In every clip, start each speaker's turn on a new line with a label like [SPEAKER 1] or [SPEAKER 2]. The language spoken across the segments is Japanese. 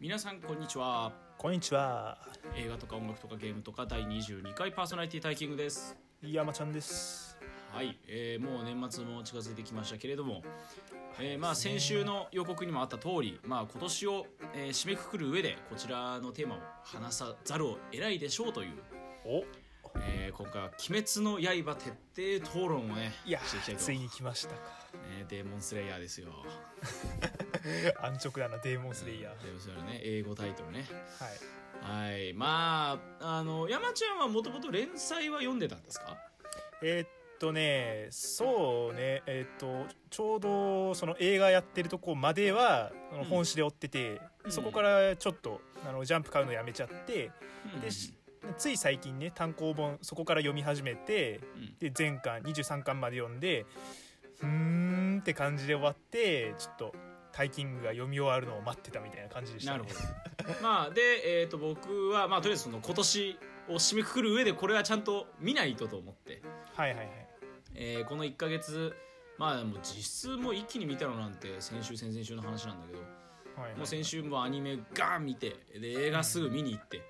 [SPEAKER 1] 皆さんこんにちは
[SPEAKER 2] こんにちは
[SPEAKER 1] 映画とか音楽とかゲームとか第22回パーソナリティタイキングです
[SPEAKER 2] 山ちゃんです
[SPEAKER 1] はい、えーもう年末も近づいてきましたけれども、えーまあ先週の予告にもあった通り、まあ今年を、えー締めくくる上でこちらのテーマを話さざるを得ないでしょうという、
[SPEAKER 2] お
[SPEAKER 1] えー今回は「鬼滅の刃」徹底討論をね
[SPEAKER 2] いや
[SPEAKER 1] していきたいと
[SPEAKER 2] ついに来ましたか
[SPEAKER 1] ねデーモンスレイヤーですよ
[SPEAKER 2] 安直だなデーモンスレイヤー、
[SPEAKER 1] デーモンスレイヤーのね英語タイトルね
[SPEAKER 2] はい
[SPEAKER 1] はいまああの山ちゃんはもともと連載は読んでたんですか
[SPEAKER 2] えーっとねそうねえーっとちょうどその映画やってるとこまではあの
[SPEAKER 1] うん
[SPEAKER 2] 本誌で追ってて、
[SPEAKER 1] うん
[SPEAKER 2] そこからちょっとあのジャンプ買うのやめちゃって、
[SPEAKER 1] う
[SPEAKER 2] で
[SPEAKER 1] ん
[SPEAKER 2] しつい最近ね単行本そこから読み始めて
[SPEAKER 1] うん
[SPEAKER 2] で全巻23巻まで読んでうーんって感じで終わってちょっとタイキングが読み終わるのを待ってたみたいな感じでした、
[SPEAKER 1] な
[SPEAKER 2] ね、
[SPEAKER 1] るほどまあで、えー、と僕は、まあ、とりあえずその今年を締めくくる上でこれはちゃんと見ないとと思って、
[SPEAKER 2] はいはいはい
[SPEAKER 1] えーこの1ヶ月まあもう実質もう一気に見たのなんて先週先々週の話なんだけど
[SPEAKER 2] はいはい
[SPEAKER 1] もう先週もアニメガーン見てで映画すぐ見に行って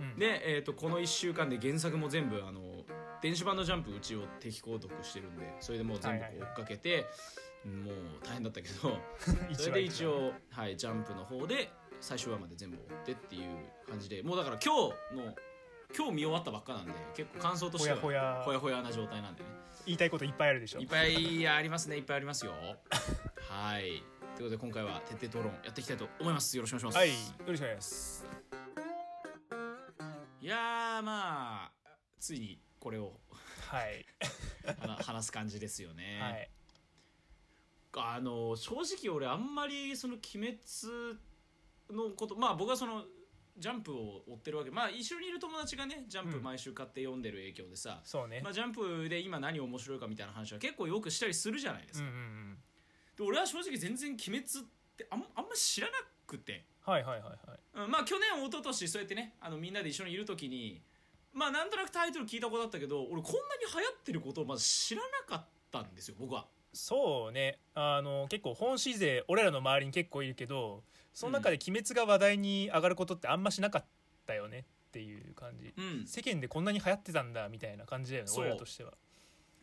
[SPEAKER 2] うん
[SPEAKER 1] で、えー、とこの1週間で原作も全部あの電子版の「ジャンプ」うちを敵購読してるんでそれでもう全部こ
[SPEAKER 2] はいう
[SPEAKER 1] 追
[SPEAKER 2] はいはい
[SPEAKER 1] っかけて、もう大変だったけどそ
[SPEAKER 2] 一
[SPEAKER 1] れ
[SPEAKER 2] 番
[SPEAKER 1] で一応、はい、ジャンプの方で最終話まで全部追ってっていう感じでもうだから今日の今日見終わったばっかなんで結構感想としては
[SPEAKER 2] ほやほや
[SPEAKER 1] ほやほやな状態なんでね
[SPEAKER 2] 言いたいこといっぱいあるでしょ
[SPEAKER 1] いっぱいありますねいっぱいありますよはいということで今回は徹底討論やっていきたいと思いますよろしくお願いします、
[SPEAKER 2] はいよろしくお願いします
[SPEAKER 1] いやーまあついにこれを
[SPEAKER 2] はい
[SPEAKER 1] 話話す感じですよね、
[SPEAKER 2] はい
[SPEAKER 1] あの正直俺あんまりその「鬼滅」のことまあ僕はそのジャンプを追ってるわけまあ一緒にいる友達がねジャンプ
[SPEAKER 2] うん
[SPEAKER 1] 毎週買って読んでる影響でさ、
[SPEAKER 2] そうね
[SPEAKER 1] まあ、ジャンプで今何面白いかみたいな話は結構よくしたりするじゃないで
[SPEAKER 2] う
[SPEAKER 1] す
[SPEAKER 2] ん
[SPEAKER 1] か、
[SPEAKER 2] うんうん
[SPEAKER 1] で俺は正直全然「鬼滅」ってあんあんま知らなくて、
[SPEAKER 2] はいはいはいはい
[SPEAKER 1] うん、まあ去年一昨年そうやってねあのみんなで一緒にいる時にまあなんとなくタイトル聞いた子だったけど俺こんなに流行ってることをまず知らなかったんですよ僕は。
[SPEAKER 2] そうねあの結構本市勢俺らの周りに結構いるけどその中で「鬼滅」が話題に上がることってあんましなかったよねっていう感じ
[SPEAKER 1] うん、
[SPEAKER 2] 世間でこんなに流行ってたんだみたいな感じだよね
[SPEAKER 1] そう
[SPEAKER 2] 俺らとしては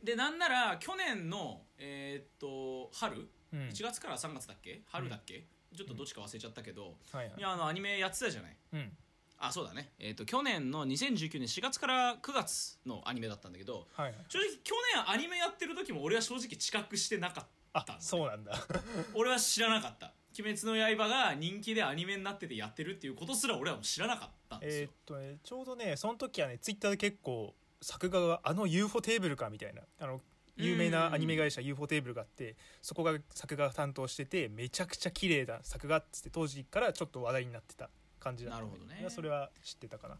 [SPEAKER 1] でなんなら去年のえーっと春
[SPEAKER 2] うん
[SPEAKER 1] 1月から3月だっけ春だっけ、ちょっとどっちか忘れちゃったけど、
[SPEAKER 2] はいはいい
[SPEAKER 1] やあのアニメやってたじゃない
[SPEAKER 2] うん
[SPEAKER 1] あそうだねえーっと去年の2019年4月から9月のアニメだったんだけど
[SPEAKER 2] はいはい
[SPEAKER 1] 正直去年アニメやってる時も俺は正直知覚してなかっ
[SPEAKER 2] あそうなんだ
[SPEAKER 1] た俺は知らなかった「鬼滅の刃」が人気でアニメになっててやってるっていうことすら俺はもう知らなかったんです
[SPEAKER 2] え
[SPEAKER 1] よ
[SPEAKER 2] ーっ、とねちょうどねその時はねツイッターで結構作画があの UFO テーブルかみたいなあの有名なアニメ会社 UFO テーブルがあってそこが作画担当しててめちゃくちゃ綺麗だ作画っつって当時からちょっと話題になってた感じだったんで
[SPEAKER 1] なるほどね
[SPEAKER 2] いやそれは知ってたかな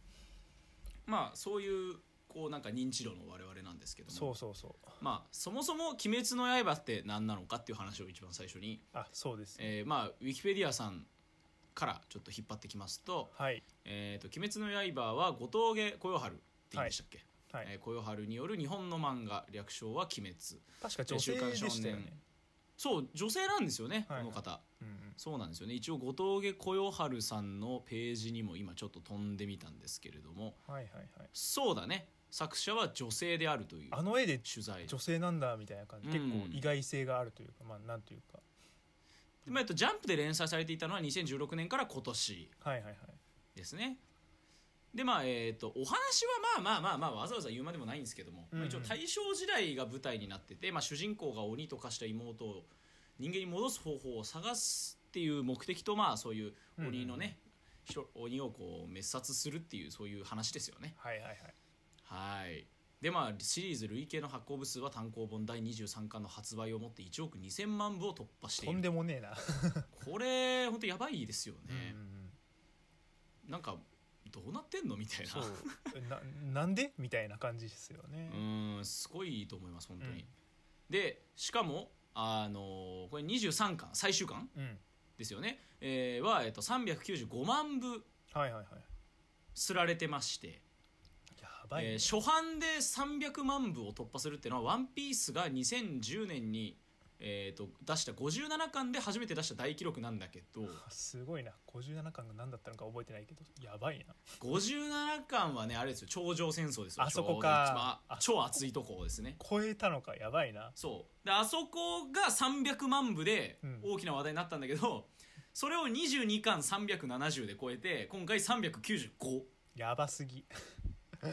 [SPEAKER 1] まあそういうこうなんか認知度の我々なんですけども
[SPEAKER 2] そうそうそう
[SPEAKER 1] まあ、そもそも「鬼滅の刃」って何なのかっていう話を一番最初に、
[SPEAKER 2] あそうです、
[SPEAKER 1] えーまあ、ウィキペディアさんからちょっと引っ張ってきますと
[SPEAKER 2] はい
[SPEAKER 1] 「えー、と鬼滅の刃」は後藤家小夜春って言いましたっけ、
[SPEAKER 2] はい、
[SPEAKER 1] えー小夜春による日本の漫画略称は「鬼滅
[SPEAKER 2] 確か」女性
[SPEAKER 1] 週刊
[SPEAKER 2] で
[SPEAKER 1] 少
[SPEAKER 2] したよね
[SPEAKER 1] 年」そう女性なんですよね、
[SPEAKER 2] はいはい
[SPEAKER 1] この方
[SPEAKER 2] うんうん
[SPEAKER 1] そうなんですよね一応後藤家小夜春さんのページにも今ちょっと飛んでみたんですけれども
[SPEAKER 2] はいはいはい
[SPEAKER 1] そうだね作者は女性であるという
[SPEAKER 2] あの絵で
[SPEAKER 1] 取材
[SPEAKER 2] 女性なんだみたいな感じ結構意外性があるというか、まあなんというか
[SPEAKER 1] でまあえっと、ジャンプで連載されていたのは2016年から今年
[SPEAKER 2] はいはいはい
[SPEAKER 1] ですねでまあえっとお話はまあまあまあまあわざわざ言うまでもないんですけども、
[SPEAKER 2] うんう
[SPEAKER 1] ま
[SPEAKER 2] ん
[SPEAKER 1] あ一応大正時代が舞台になってて、まあ、主人公が鬼と化した妹を人間に戻す方法を探すっていう目的とまあそういう鬼のね、ひろ鬼をこう滅殺するっていうそういう話ですよね
[SPEAKER 2] はいはいはい
[SPEAKER 1] はいでまあシリーズ累計の発行部数は単行本第23巻の発売をもって1億2000万部を突破してい
[SPEAKER 2] とん
[SPEAKER 1] る
[SPEAKER 2] でもねえな、
[SPEAKER 1] これ本当やばいですよね、
[SPEAKER 2] うんうんうん
[SPEAKER 1] なんかどうなってんのみたいな
[SPEAKER 2] そうななんでみたいな感じですよね、
[SPEAKER 1] うーんすごいと思います本当に、
[SPEAKER 2] うん
[SPEAKER 1] でしかもあのーこれ23巻最終巻
[SPEAKER 2] うん
[SPEAKER 1] ですよね、えーは、えっと395万部
[SPEAKER 2] はいはいはい
[SPEAKER 1] すられてまして、
[SPEAKER 2] やばいね、
[SPEAKER 1] えー初版で300万部を突破するっていうのは「ワンピースが2010年に、ええー、と出した57巻で初めて出した大記録なんだけ ど
[SPEAKER 2] すごいな57巻が何だったのか覚えてないけどやばいな
[SPEAKER 1] 57巻はねあれですよ頂上戦争ですよ
[SPEAKER 2] あそこか
[SPEAKER 1] ちょうど一番あ超熱いとこですね
[SPEAKER 2] 超えたのかやばいな
[SPEAKER 1] そうであそこが300万部で
[SPEAKER 2] うん
[SPEAKER 1] 大きな話題になったんだけど、それを22巻370で超えて今回395、
[SPEAKER 2] やばすぎ
[SPEAKER 1] うん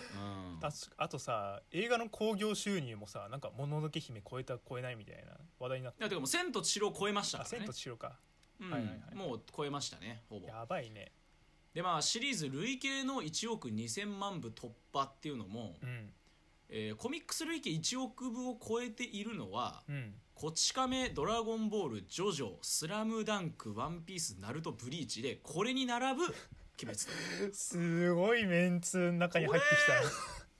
[SPEAKER 2] ああとさ映画の興行収入もさなんか「もののけ姫超えた超えない」みたいな話題になって
[SPEAKER 1] だってもう「千と千尋」を超えましたか
[SPEAKER 2] あ
[SPEAKER 1] ら
[SPEAKER 2] 千
[SPEAKER 1] ね
[SPEAKER 2] と千尋か
[SPEAKER 1] うん
[SPEAKER 2] はいはいはい
[SPEAKER 1] もう超えましたねほぼ
[SPEAKER 2] やばいね
[SPEAKER 1] でまあシリーズ累計の1億2000万部突破っていうのも、
[SPEAKER 2] うん
[SPEAKER 1] えーコミックス累計1億部を超えているのは
[SPEAKER 2] うん
[SPEAKER 1] 「こち亀」「ドラゴンボール」「ジョジョ」「スラムダンク」「ワンピース」「ナルト」「ブリーチ」でこれに並ぶ「鬼滅」
[SPEAKER 2] すごいメンツの中に入ってきたよ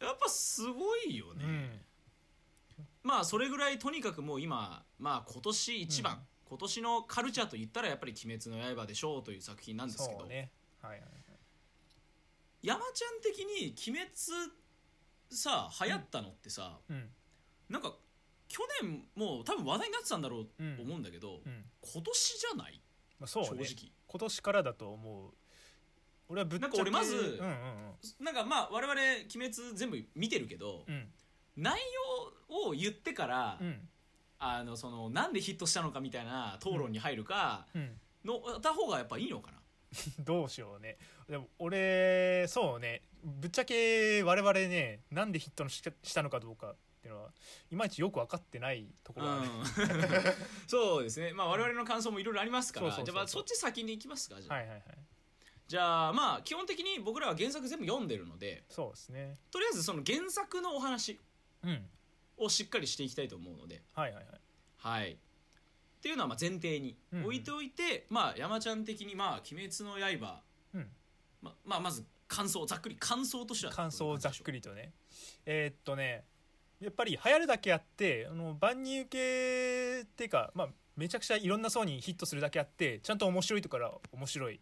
[SPEAKER 1] とやっぱすごいよね、
[SPEAKER 2] うん
[SPEAKER 1] まあそれぐらいとにかくもう今、まあ、今年一番、
[SPEAKER 2] うん
[SPEAKER 1] 今年のカルチャーといったらやっぱり「鬼滅の刃」でしょうという作品なんですけ
[SPEAKER 2] そ
[SPEAKER 1] ど、
[SPEAKER 2] うねはいはい
[SPEAKER 1] 山ちゃん的に「鬼滅」さ流行ったのってさ、
[SPEAKER 2] うん
[SPEAKER 1] なんか去年もう多分話題になってたんだろう
[SPEAKER 2] うん
[SPEAKER 1] と思うんだけど、
[SPEAKER 2] うん
[SPEAKER 1] 今年じゃない、
[SPEAKER 2] まあそう
[SPEAKER 1] 正
[SPEAKER 2] ね
[SPEAKER 1] 直
[SPEAKER 2] 今年からだと思う俺はぶっちゃけ
[SPEAKER 1] なんか俺まず
[SPEAKER 2] うんうん
[SPEAKER 1] なんかまあ我々「鬼滅」全部見てるけど、
[SPEAKER 2] うんうん
[SPEAKER 1] 内容を言ってから、
[SPEAKER 2] うん
[SPEAKER 1] あのそのなんでヒットしたのかみたいな討論に入るか
[SPEAKER 2] うん
[SPEAKER 1] の、た方がやっぱいいのかな
[SPEAKER 2] どうしようねでも俺そうねぶっちゃけ我々ねなんでヒットのししたのかどうかっていうのはいまいちよく分かってないところがあ る、
[SPEAKER 1] うん、そうですねまあ我々の感想もいろいろありますから、
[SPEAKER 2] そうそうそう
[SPEAKER 1] じ
[SPEAKER 2] そう
[SPEAKER 1] ゃあまあそっち先に行きますかじゃあ,、
[SPEAKER 2] はいはいはい
[SPEAKER 1] じゃあまあ基本的に僕らは原作全部読んでるので
[SPEAKER 2] そうですね
[SPEAKER 1] とりあえずその原作のお話
[SPEAKER 2] うん
[SPEAKER 1] をしっかりしていきたいと思うので
[SPEAKER 2] はいはいはい
[SPEAKER 1] はいっていうのはまあ前提に
[SPEAKER 2] うんうん
[SPEAKER 1] 置いておいて、まあ山ちゃん的に「まあ鬼滅の刃
[SPEAKER 2] うん」
[SPEAKER 1] ままあまず感想ざっくり感想としては
[SPEAKER 2] 感想をざっく
[SPEAKER 1] り
[SPEAKER 2] りとねえーっとねやっぱり流行るだけあってあの万人受けっていうか、まあ、めちゃくちゃいろんな層にヒットするだけあってちゃんと面白いところから面白い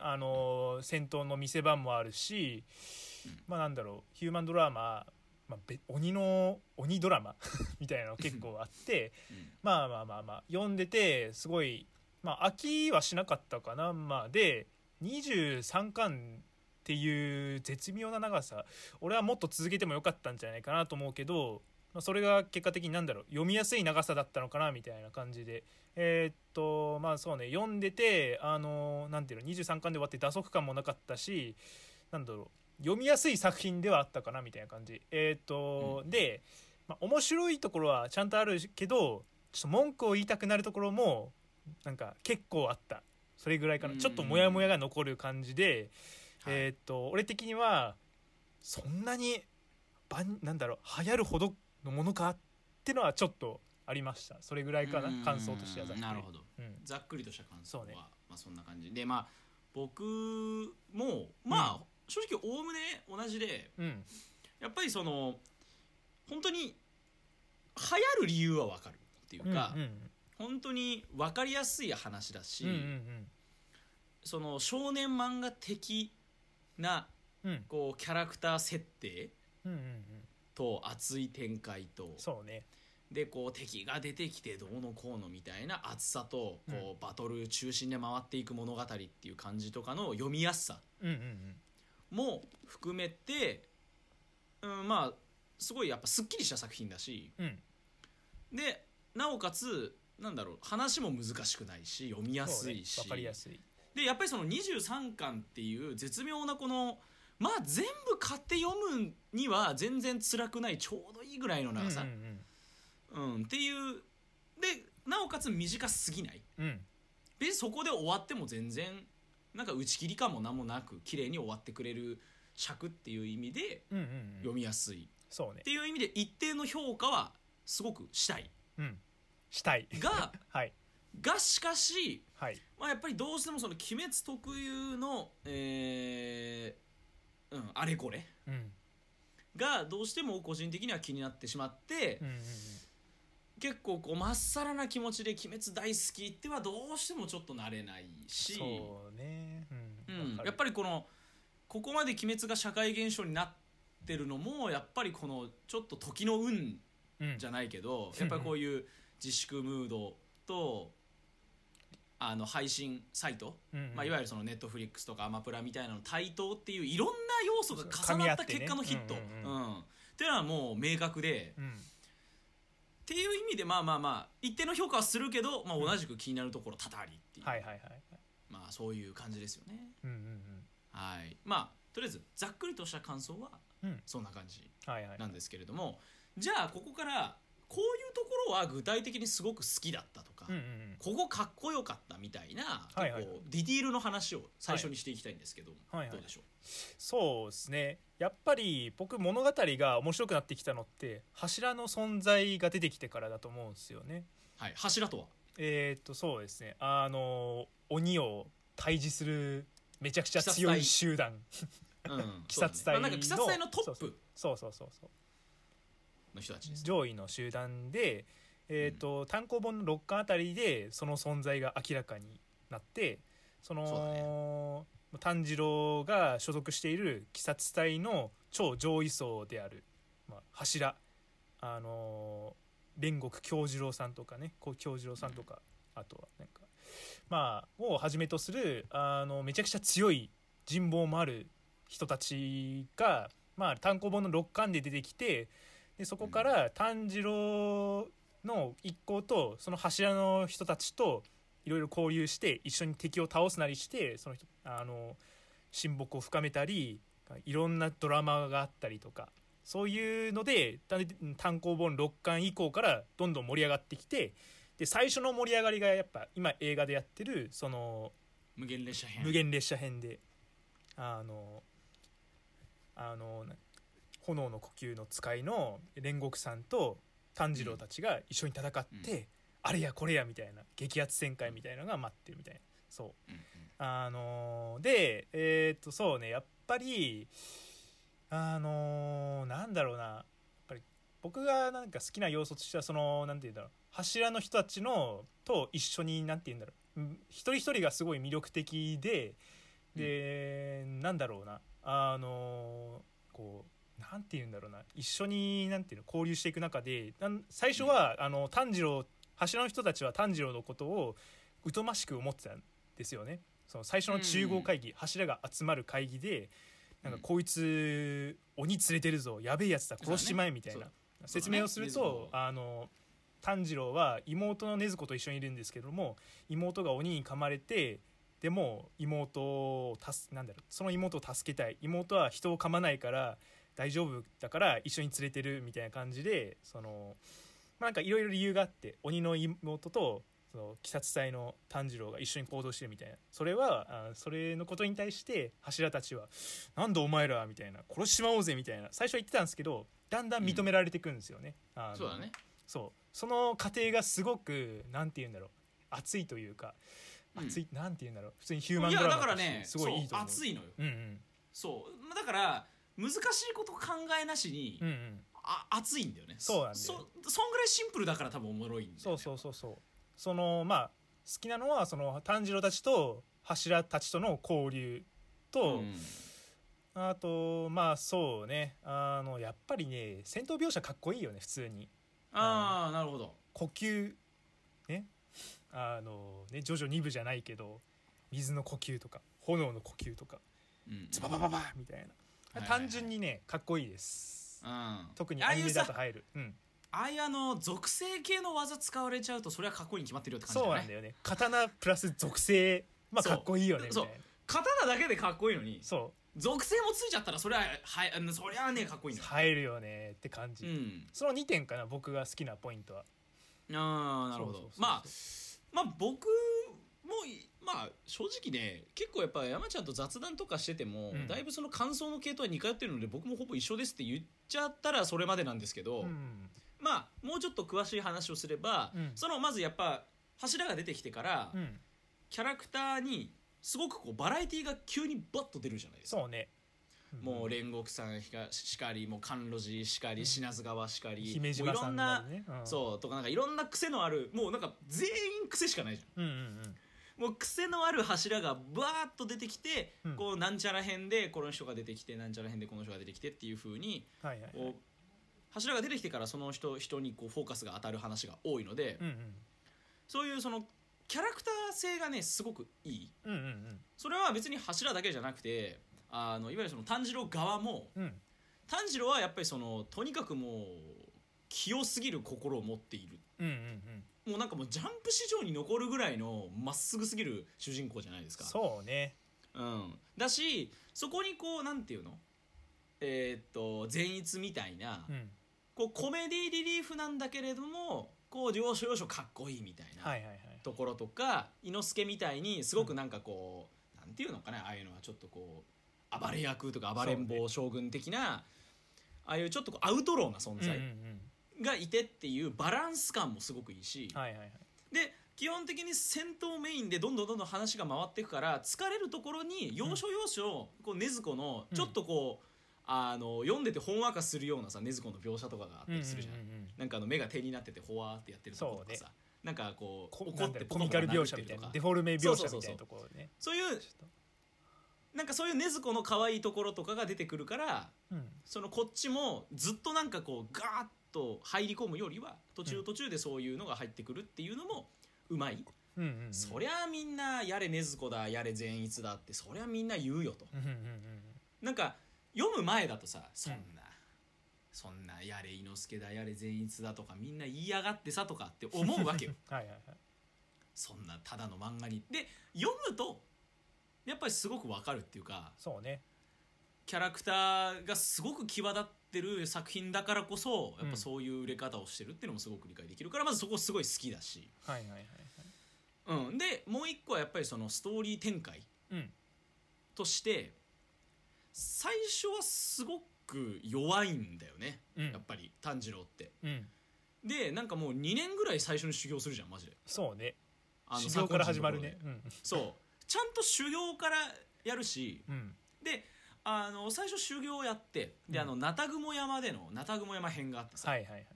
[SPEAKER 2] あのー戦闘の見せ場もあるし、まあなんだろうヒューマンドラマ、まあ、べ鬼の鬼ドラマ みたいなの結構あって
[SPEAKER 1] うん
[SPEAKER 2] まあまあまあまあ読んでてすごい、まあ、飽きはしなかったかなまあで23巻っていう絶妙な長さ俺はもっと続けてもよかったんじゃないかなと思うけど、まあ、それが結果的になんだろう読みやすい長さだったのかなみたいな感じでえーっとまあそうね読んでてあのなんていうの23巻で終わって打足感もなかったしなんだろう読みやすい作品ではあったかなみたいな感じえーっと、
[SPEAKER 1] う
[SPEAKER 2] で、まあ、面白いところはちゃんとあるけどちょっと文句を言いたくなるところもなんか結構あったそれぐらいかな
[SPEAKER 1] うん
[SPEAKER 2] ちょっとモヤモヤが残る感じで、
[SPEAKER 1] はい
[SPEAKER 2] えーっと俺的にはそんなに万なんだろう流行るほどのものかってのはちょっとありましたそれぐらいかな
[SPEAKER 1] うん
[SPEAKER 2] 感想としてはざっくり
[SPEAKER 1] なるほど
[SPEAKER 2] うん
[SPEAKER 1] ざっくりとした感想は
[SPEAKER 2] そうね
[SPEAKER 1] まあ、そんな感じでまあ僕もまあ、
[SPEAKER 2] う
[SPEAKER 1] 正直おおむね同じで
[SPEAKER 2] うん
[SPEAKER 1] やっぱりその本当に流行る理由はわかるっていうか、
[SPEAKER 2] うんうん
[SPEAKER 1] 本当に分かりやすい話だし、
[SPEAKER 2] うんうん
[SPEAKER 1] その少年漫画的な
[SPEAKER 2] うんうん
[SPEAKER 1] こうキャラクター設定
[SPEAKER 2] うんうんうん
[SPEAKER 1] と熱い展開と
[SPEAKER 2] そうね
[SPEAKER 1] でこう敵が出てきてどうのこうのみたいな熱さとこうバトル中心で回っていく物語っていう感じとかの読みやすさ
[SPEAKER 2] うんうんうん
[SPEAKER 1] も含めて、うん、まあすごいやっぱすっきりした作品だし
[SPEAKER 2] うん
[SPEAKER 1] でなおかつなんだろう話も難しくないし読みや
[SPEAKER 2] そう
[SPEAKER 1] す
[SPEAKER 2] ね
[SPEAKER 1] いし、
[SPEAKER 2] わかりやすい
[SPEAKER 1] でやっぱりその23巻っていう絶妙なこのまあ全部買って読むには全然辛くないちょうどいいぐらいの長さ、
[SPEAKER 2] う
[SPEAKER 1] うんんっていうでなおかつ短すぎない
[SPEAKER 2] うんうん
[SPEAKER 1] 別にそこで終わっても全然なんか打ち切り感も何もなく綺麗に終わってくれる尺っていう意味で
[SPEAKER 2] うんうんうんう
[SPEAKER 1] 読
[SPEAKER 2] ん
[SPEAKER 1] みやすい、
[SPEAKER 2] そうね
[SPEAKER 1] っていう意味で一定の評価はすごくしたい
[SPEAKER 2] うんしたい
[SPEAKER 1] が
[SPEAKER 2] はい
[SPEAKER 1] がしかし、
[SPEAKER 2] はい
[SPEAKER 1] まあ、やっぱりどうしてもその「鬼滅」特有の、えーうん、あれこれ
[SPEAKER 2] うん
[SPEAKER 1] がどうしても個人的には気になってしまって、
[SPEAKER 2] うんうんうん
[SPEAKER 1] 結構こうまっさらな気持ちで「鬼滅大好き」ってはどうしてもちょっとなれないし、
[SPEAKER 2] そうね
[SPEAKER 1] う
[SPEAKER 2] うん
[SPEAKER 1] ん
[SPEAKER 2] わか、る
[SPEAKER 1] やっぱりこのここまで「鬼滅」が社会現象になってるのもやっぱりこのちょっと時の運
[SPEAKER 2] うん
[SPEAKER 1] じゃないけどやっぱりこういう自粛ムードとあの配信サイト、
[SPEAKER 2] うんうん
[SPEAKER 1] まあ、いわゆるそのネットフリックスとかアマプラみたいなの対等っていういろんな要素が重なった結果のヒット。
[SPEAKER 2] 噛み合ってねうん
[SPEAKER 1] うんっていうのはもう明確で
[SPEAKER 2] うん
[SPEAKER 1] っていう意味でまあまあまあ一定の評価はするけど、まあ、同じく気になるところ多々ありっていう、
[SPEAKER 2] はいはいはい
[SPEAKER 1] まあ、そういう感じですよね。
[SPEAKER 2] うんうん
[SPEAKER 1] はい、まあとりあえずざっくりとした感想は
[SPEAKER 2] うんうん
[SPEAKER 1] そんな感じ
[SPEAKER 2] はいはい
[SPEAKER 1] なんですけれども、じゃあここからこういうところは具体的にすごく好きだったとか、
[SPEAKER 2] うんうんうん
[SPEAKER 1] ここかっこよかったみたいな、
[SPEAKER 2] はいはい
[SPEAKER 1] こうディティールの話を最初にしていきたいんですけども、
[SPEAKER 2] はいはい
[SPEAKER 1] どうでしょ
[SPEAKER 2] そうですねやっぱり僕物語が面白くなってきたのって柱の存在が出てきてからだと思うんですよね
[SPEAKER 1] う、はい、柱とは
[SPEAKER 2] えっ、とそうですねあの鬼を退治するめちゃくちゃ強い集団
[SPEAKER 1] うん
[SPEAKER 2] 鬼
[SPEAKER 1] そう
[SPEAKER 2] 殺隊
[SPEAKER 1] だねまあ、なんか鬼殺隊のトップ
[SPEAKER 2] そうそうそうそう
[SPEAKER 1] の人たちですね
[SPEAKER 2] 上位の集団で、えーと単行本の6巻あたりでその存在が明らかになって
[SPEAKER 1] そ
[SPEAKER 2] そ
[SPEAKER 1] うだ
[SPEAKER 2] の炭治郎が所属している鬼殺隊の超上位層である、まあ、柱あのー煉獄京次郎さんとかねこう京次郎さんとか、あとはなんかまあをはじめとするあのめちゃくちゃ強い人望もある人たちが、まあ、単行本の6巻で出てきてでそこから炭治郎の一行とその柱の人たちといろいろ交流して一緒に敵を倒すなりしてその人あの親睦を深めたりいろんなドラマがあったりとかそういうのでだ単行本6巻以降からどんどん盛り上がってきてで最初の盛り上がりがやっぱ今映画でやってるその
[SPEAKER 1] 無限列車編
[SPEAKER 2] 無限列車編であのあのな炎の呼吸の使いの煉獄さんと炭治郎たちが一緒に戦って、
[SPEAKER 1] う
[SPEAKER 2] あれやこれやみたいな激アツ戦会みたいなのが待ってるみたいなそう
[SPEAKER 1] うんうん
[SPEAKER 2] あのーでえーっとそうねやっぱりあのーなんだろうなやっぱり僕がなんか好きな要素としてはそのなんて言うんだろう柱の人たちのと一緒になんて言うんだろううん一人一人がすごい魅力的でで、なんだろうなあのーこうなんて言うんだろうな一緒になんていうの交流していく中でなん最初は、あの炭治郎柱の人たちは炭治郎のことを疎ましく思ってたんですよね。その最初の中合会議、柱が集まる会議でなんかこいつ鬼連れてるぞやべえやつだ殺しちまえみたいな、
[SPEAKER 1] そう
[SPEAKER 2] 説明をする
[SPEAKER 1] そうだね
[SPEAKER 2] と、あの炭治郎は妹の禰豆子と一緒にいるんですけども妹が鬼に噛まれてでも妹をたすなんだろうその妹を助けたい妹は人を噛まないから大丈夫だから一緒に連れてるみたいな感じでその、まあ、なんかいろいろ理由があって鬼の妹とその鬼殺隊の炭治郎が一緒に行動してるみたいなそれはあそれのことに対して柱たちは「なんだお前ら」みたいな「殺しちまおうぜ」みたいな最初は言ってたんですけどだんだん認められていくんですよね。あの
[SPEAKER 1] そうだね
[SPEAKER 2] そうその過程がすごくなんて言うんだろう熱いというか
[SPEAKER 1] うん
[SPEAKER 2] 熱い、なんて言うんだろう普通にヒューマン
[SPEAKER 1] い
[SPEAKER 2] ドラ
[SPEAKER 1] やだ
[SPEAKER 2] マ
[SPEAKER 1] から
[SPEAKER 2] として
[SPEAKER 1] ね
[SPEAKER 2] すごいいいと思う。
[SPEAKER 1] そう熱いのよ
[SPEAKER 2] うんうん
[SPEAKER 1] そうまあだから難しいこと考えなしに、
[SPEAKER 2] うんうん、
[SPEAKER 1] あ熱いんだよね
[SPEAKER 2] そうなんだよ
[SPEAKER 1] そそんぐらいシンプルだから多分おもろいんだよ、ね、
[SPEAKER 2] そうそうそうそうそのまあ好きなのはその炭治郎たちと柱たちとの交流と、
[SPEAKER 1] うん
[SPEAKER 2] あとまあそうねあのやっぱりね戦闘描写かっこいいよね普通に
[SPEAKER 1] ああ、なるほど
[SPEAKER 2] 呼吸ねあのね徐々に部じゃないけど水の呼吸とか炎の呼吸とか
[SPEAKER 1] うん
[SPEAKER 2] ズババババみたい
[SPEAKER 1] いはい
[SPEAKER 2] な
[SPEAKER 1] はい
[SPEAKER 2] 単純にねかっこいいです
[SPEAKER 1] うん
[SPEAKER 2] 特に
[SPEAKER 1] あ
[SPEAKER 2] ア
[SPEAKER 1] あ
[SPEAKER 2] ニ
[SPEAKER 1] いう
[SPEAKER 2] メだと
[SPEAKER 1] さ
[SPEAKER 2] 入るうん
[SPEAKER 1] ああいうあの属性系の技使われちゃうとそれはかっこいいに決まってるよって感じだ
[SPEAKER 2] そう
[SPEAKER 1] よ
[SPEAKER 2] な
[SPEAKER 1] ね
[SPEAKER 2] んだよね刀プラス属性まあ
[SPEAKER 1] そう
[SPEAKER 2] かっこいいよねみたいな
[SPEAKER 1] 刀だけでかっこいいのに
[SPEAKER 2] そ
[SPEAKER 1] 属性もついちゃったらそれははいあのそりゃあねかっこいいうのよ
[SPEAKER 2] 入るよねって感じ、
[SPEAKER 1] うん
[SPEAKER 2] その2点かな僕が好きなポイントは
[SPEAKER 1] ああなるほど
[SPEAKER 2] そうそうそうそう
[SPEAKER 1] まあまあ僕もいまあ正直ね結構やっぱ山ちゃんと雑談とかしてても、
[SPEAKER 2] うん
[SPEAKER 1] だいぶその感想の系統は似通ってるので僕もほぼ一緒ですって言っちゃったらそれまでなんですけど、
[SPEAKER 2] うん
[SPEAKER 1] まあもうちょっと詳しい話をすれば、
[SPEAKER 2] うん
[SPEAKER 1] そのまずやっぱ柱が出てきてから、
[SPEAKER 2] うん
[SPEAKER 1] キャラクターにすごくこうバラエティが急にバッと出るじゃないですか。
[SPEAKER 2] そうね
[SPEAKER 1] もう煉獄さんしかしかりもう甘露寺しか
[SPEAKER 2] う
[SPEAKER 1] り
[SPEAKER 2] ん
[SPEAKER 1] 品津川しかり、
[SPEAKER 2] 姫
[SPEAKER 1] もう
[SPEAKER 2] 島
[SPEAKER 1] い
[SPEAKER 2] さ
[SPEAKER 1] ろ
[SPEAKER 2] ん
[SPEAKER 1] ん
[SPEAKER 2] な
[SPEAKER 1] な
[SPEAKER 2] り、ねうん
[SPEAKER 1] そうとかなんかいろんな癖のあるもうなんか全員癖しかないじゃん。
[SPEAKER 2] うんうん
[SPEAKER 1] もう癖のある柱がバーッと出てきて、
[SPEAKER 2] うん
[SPEAKER 1] こうなんちゃら編でこの人が出てきてなんちゃら編でこの人が出てきてっていう風に
[SPEAKER 2] うんはいはいはい
[SPEAKER 1] こ柱が出てきてからその人人にこうフォーカスが当たる話が多いので、
[SPEAKER 2] うんうん
[SPEAKER 1] そういうそのキャラクター性がねすごくいい
[SPEAKER 2] うんうん
[SPEAKER 1] それは別に柱だけじゃなくてあのいわゆるその炭治郎側も
[SPEAKER 2] うんうん
[SPEAKER 1] 炭治郎はやっぱりそのとにかくもう器用すぎる心を持っている
[SPEAKER 2] うんうんうん
[SPEAKER 1] もうなんかもうジャンプ史上に残るぐらいのまっすぐすぎる主人公じゃないですか
[SPEAKER 2] そうね
[SPEAKER 1] うん、だしそこにこうなんていうのえーっと善逸みたいな、
[SPEAKER 2] うん
[SPEAKER 1] こうコメディリリーフなんだけれどもこう要所要所かっこいいみたい
[SPEAKER 2] は
[SPEAKER 1] ない
[SPEAKER 2] はいはい
[SPEAKER 1] ところとか、伊之助みたいにすごくなんかこう、なんていうのかなああいうのはちょっとこう暴れ役とか暴れん
[SPEAKER 2] そう
[SPEAKER 1] 坊将軍的な、ああいうちょっとこうアウトローな存
[SPEAKER 2] うんうんう
[SPEAKER 1] 在
[SPEAKER 2] ん
[SPEAKER 1] がいてっていうバランス感もすごくいいし、
[SPEAKER 2] はいはいはい
[SPEAKER 1] で基本的に戦闘メインでどんどんどんどん話が回っていくから疲れるところに要所要所こう禰豆子の
[SPEAKER 2] うん
[SPEAKER 1] ちょっとこう、あの読んでてほんわかするようなさ禰豆子の描写とかがあったりするじゃない、
[SPEAKER 2] うんうんうんうん
[SPEAKER 1] なんかあの目が手になっててほわーってやってるとことかさ、なんかこう
[SPEAKER 2] こ
[SPEAKER 1] 怒
[SPEAKER 2] な
[SPEAKER 1] っ
[SPEAKER 2] んだ
[SPEAKER 1] て
[SPEAKER 2] ろう
[SPEAKER 1] ポコポ
[SPEAKER 2] コミ
[SPEAKER 1] コ
[SPEAKER 2] カル描
[SPEAKER 1] 殴っ
[SPEAKER 2] 写
[SPEAKER 1] て
[SPEAKER 2] み
[SPEAKER 1] ると
[SPEAKER 2] たいな
[SPEAKER 1] か
[SPEAKER 2] デフォルメ描
[SPEAKER 1] そう
[SPEAKER 2] 写
[SPEAKER 1] そうそうそ
[SPEAKER 2] みた
[SPEAKER 1] う
[SPEAKER 2] いなところね
[SPEAKER 1] そういう
[SPEAKER 2] ちょっ
[SPEAKER 1] なんかそういう禰豆子の可愛いところとかが出てくるから
[SPEAKER 2] とうん
[SPEAKER 1] そのこっちもずっとなんかこうガーッと入り込むよりは途
[SPEAKER 2] う
[SPEAKER 1] 中
[SPEAKER 2] ん
[SPEAKER 1] 途中でそういうのが入ってくるっていうのもうまい。
[SPEAKER 2] うんうんうん
[SPEAKER 1] そりゃあみんなやれ禰豆子だやれ善逸だってそりゃみんな言うよと
[SPEAKER 2] うんうんうんうん
[SPEAKER 1] なんか読む前だとさそんな、そんなやれ伊之助だやれ善逸だとかみんな言いやがってさとかって思うわけよ
[SPEAKER 2] はいはいはい
[SPEAKER 1] そんなただの漫画にで読むとやっぱりすごくわかるっていうか
[SPEAKER 2] そうね
[SPEAKER 1] キャラクターがすごく際立ってる作品だからこそやっぱそういう売れ方をしてるっていうのもすごく理解できるから、まずそこすごい好きだし、
[SPEAKER 2] はいはいはいはい
[SPEAKER 1] うん、でもう一個はやっぱりそのストーリー展開
[SPEAKER 2] うん
[SPEAKER 1] として最初はすごく弱いんだよね、
[SPEAKER 2] うん
[SPEAKER 1] やっぱり炭治郎って
[SPEAKER 2] うん
[SPEAKER 1] でなんかもう2年ぐらい最初に修行するじゃんマジで
[SPEAKER 2] そうね
[SPEAKER 1] あ
[SPEAKER 2] 修行から始まる
[SPEAKER 1] 作
[SPEAKER 2] ね
[SPEAKER 1] 品のとこ
[SPEAKER 2] うん
[SPEAKER 1] ろでそうちゃんと修行からやるし
[SPEAKER 2] うん
[SPEAKER 1] であの最初修行をやってであの名田雲山での名田雲山編があってさ、
[SPEAKER 2] はいはいはい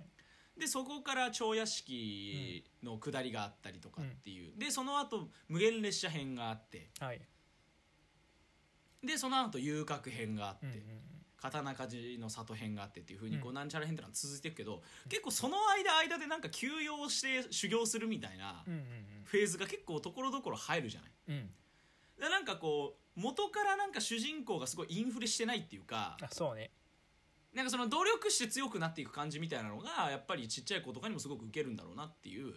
[SPEAKER 1] でそこから蝶屋敷の下りがあったりとかっていう、でその後無限列車編があって
[SPEAKER 2] はい
[SPEAKER 1] でその後遊郭編があって、
[SPEAKER 2] うんうんうん
[SPEAKER 1] 刀鍛冶の里編があってっていうふうにこ
[SPEAKER 2] う
[SPEAKER 1] うんなんちゃら編ってのは続いていくけど、結構その間間でなんか休養して修行するみたいな
[SPEAKER 2] うん
[SPEAKER 1] フェーズが結構ところどころ入るじゃない。
[SPEAKER 2] うんうん
[SPEAKER 1] でなんかこう元からなんか主人公がすごいインフレしてないっていうか
[SPEAKER 2] あそうね
[SPEAKER 1] なんかその努力して強くなっていく感じみたいなのがやっぱりちっちゃい子とかにもすごく受けるんだろうなっていう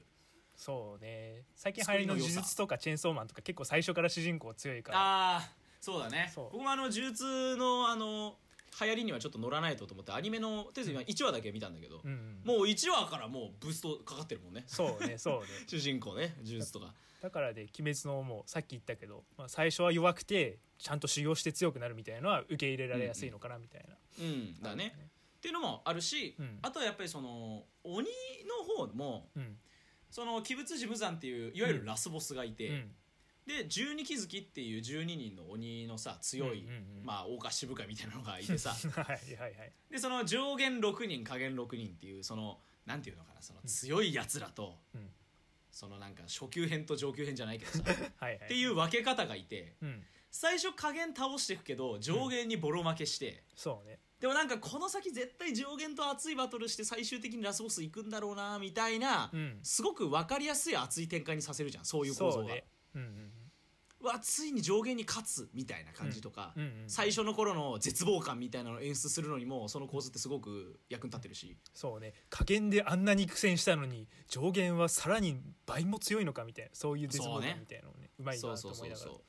[SPEAKER 2] そうね最近流行りの呪術とかチェーンソーマンとか結構最初から主人公強いから
[SPEAKER 1] ああそうだね
[SPEAKER 2] そう
[SPEAKER 1] 僕もあの呪術のあの流行りにはちょっと乗らないとと思ってアニメのとりあえず今1話だけ見たんだけど、
[SPEAKER 2] うんうん
[SPEAKER 1] もう1話からもうブーストかかってるもんね
[SPEAKER 2] そうねそうね
[SPEAKER 1] 主人公ね呪術とか
[SPEAKER 2] だからで「鬼滅のもうさっき言ったけど、まあ、最初は弱くてちゃんと修行して強くなるみたいなのは受け入れられやすいのかなみたいな、
[SPEAKER 1] うんだねっていうのもあるし、
[SPEAKER 2] うん
[SPEAKER 1] あとはやっぱりその鬼の方も
[SPEAKER 2] うん
[SPEAKER 1] その鬼物寺無惨っていういわゆるラスボスがいて、
[SPEAKER 2] うん
[SPEAKER 1] で十二鬼月っていう12人の鬼のさ強い、
[SPEAKER 2] うんうんうん
[SPEAKER 1] まあ大菓子部会みたいなのがいてさ
[SPEAKER 2] はいはいはい
[SPEAKER 1] でその上限6人下限6人っていうそのなんていうのかなその強いやつらと、
[SPEAKER 2] うん
[SPEAKER 1] そのなんか初級編と上級編じゃないけ どさっ
[SPEAKER 2] はいはいって、
[SPEAKER 1] いうう分け方がいて
[SPEAKER 2] うん、
[SPEAKER 1] 最初下限倒していくけど上限にボロ負けして。
[SPEAKER 2] そうね
[SPEAKER 1] でもなんかこの先絶対上限と熱いバトルして最終的にラスボス行くんだろうなみたいな、
[SPEAKER 2] うん
[SPEAKER 1] すごく分かりやすい熱い展開にさせるじゃんそういう構
[SPEAKER 2] そ
[SPEAKER 1] 造
[SPEAKER 2] う
[SPEAKER 1] が
[SPEAKER 2] ねうんうん
[SPEAKER 1] うわついに上限に勝つみたいな感じとか、
[SPEAKER 2] うんうんうん
[SPEAKER 1] 最初の頃の絶望感みたいなのを演出するのにもその構図ってすごく役に立ってるし
[SPEAKER 2] そうね加減であんなに苦戦したのに上限はさらに倍も強いのかみたいなそういう絶望感みたいなのをねうまい
[SPEAKER 1] そ
[SPEAKER 2] な
[SPEAKER 1] う
[SPEAKER 2] と
[SPEAKER 1] そう
[SPEAKER 2] 思
[SPEAKER 1] そ
[SPEAKER 2] いうなが
[SPEAKER 1] そう
[SPEAKER 2] ら
[SPEAKER 1] っ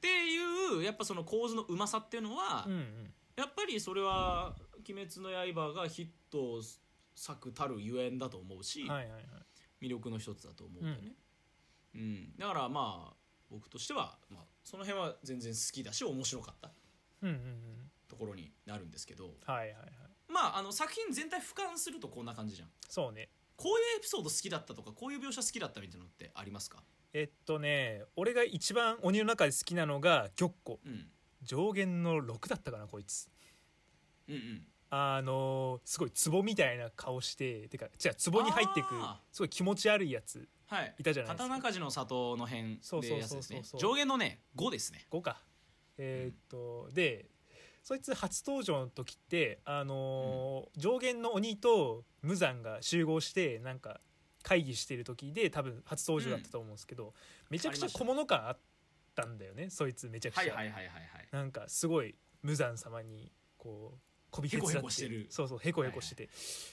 [SPEAKER 1] ていうやっぱその構図のうまさっていうのは、
[SPEAKER 2] うんうん
[SPEAKER 1] やっぱりそれは「鬼滅の刃」がヒット作たるゆえんだと思うし、
[SPEAKER 2] はいはいはい
[SPEAKER 1] 魅力の一つだと思うんだよね、うんだからまあ僕としては、まあ、その辺は全然好きだし面白かった
[SPEAKER 2] うんうんうん
[SPEAKER 1] ところになるんですけど
[SPEAKER 2] はいはいはい
[SPEAKER 1] まああの作品全体俯瞰するとこんな感じじゃん
[SPEAKER 2] そうね
[SPEAKER 1] こういうエピソード好きだったとかこういう描写好きだったみたいなのってありますか
[SPEAKER 2] えっとね俺が一番鬼の中で好きなのが玉子
[SPEAKER 1] うん
[SPEAKER 2] 上限の6だったかなこいつ
[SPEAKER 1] うんうん
[SPEAKER 2] あのーすごい壺みたいな顔しててかじゃあ壺に入ってく
[SPEAKER 1] あ
[SPEAKER 2] すごい気持ち悪いやつ
[SPEAKER 1] はい
[SPEAKER 2] いたじゃないです
[SPEAKER 1] 刀
[SPEAKER 2] か
[SPEAKER 1] 鍛冶の里の辺
[SPEAKER 2] そう
[SPEAKER 1] で
[SPEAKER 2] そう
[SPEAKER 1] やつ
[SPEAKER 2] そうそう
[SPEAKER 1] ですね
[SPEAKER 2] そう
[SPEAKER 1] 上限のね5ですね
[SPEAKER 2] 5かえーっとでそいつ初登場の時ってあのー上限の鬼と無惨が集合してなんか会議してる時で多分初登場だったと思うんですけど、めちゃくちゃ小物感あったんだよねそいつめちゃくちゃ、
[SPEAKER 1] はいはいはいはいはい
[SPEAKER 2] なんかすごい無惨様にこうこびへ
[SPEAKER 1] へこへこしてる
[SPEAKER 2] そうそうへこへこしてて、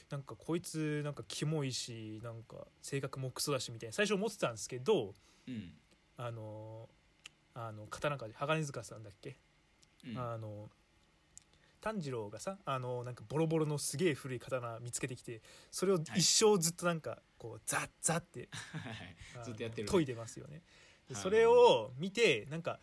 [SPEAKER 2] なんかこいつなんかキモいしなんか性格もクソだしみたいな最初思ってたんですけど
[SPEAKER 1] うん
[SPEAKER 2] あのあの刀鍛冶鋼塚さんだっけ、
[SPEAKER 1] うん
[SPEAKER 2] あの炭治郎がさあのなんかボロボロのすげえ古い刀見つけてきてそれを一生ずっとなんかこうザッザッて
[SPEAKER 1] はい
[SPEAKER 2] あの
[SPEAKER 1] ずっとやってるね
[SPEAKER 2] 研いでますよねで
[SPEAKER 1] はい
[SPEAKER 2] それを見てなんか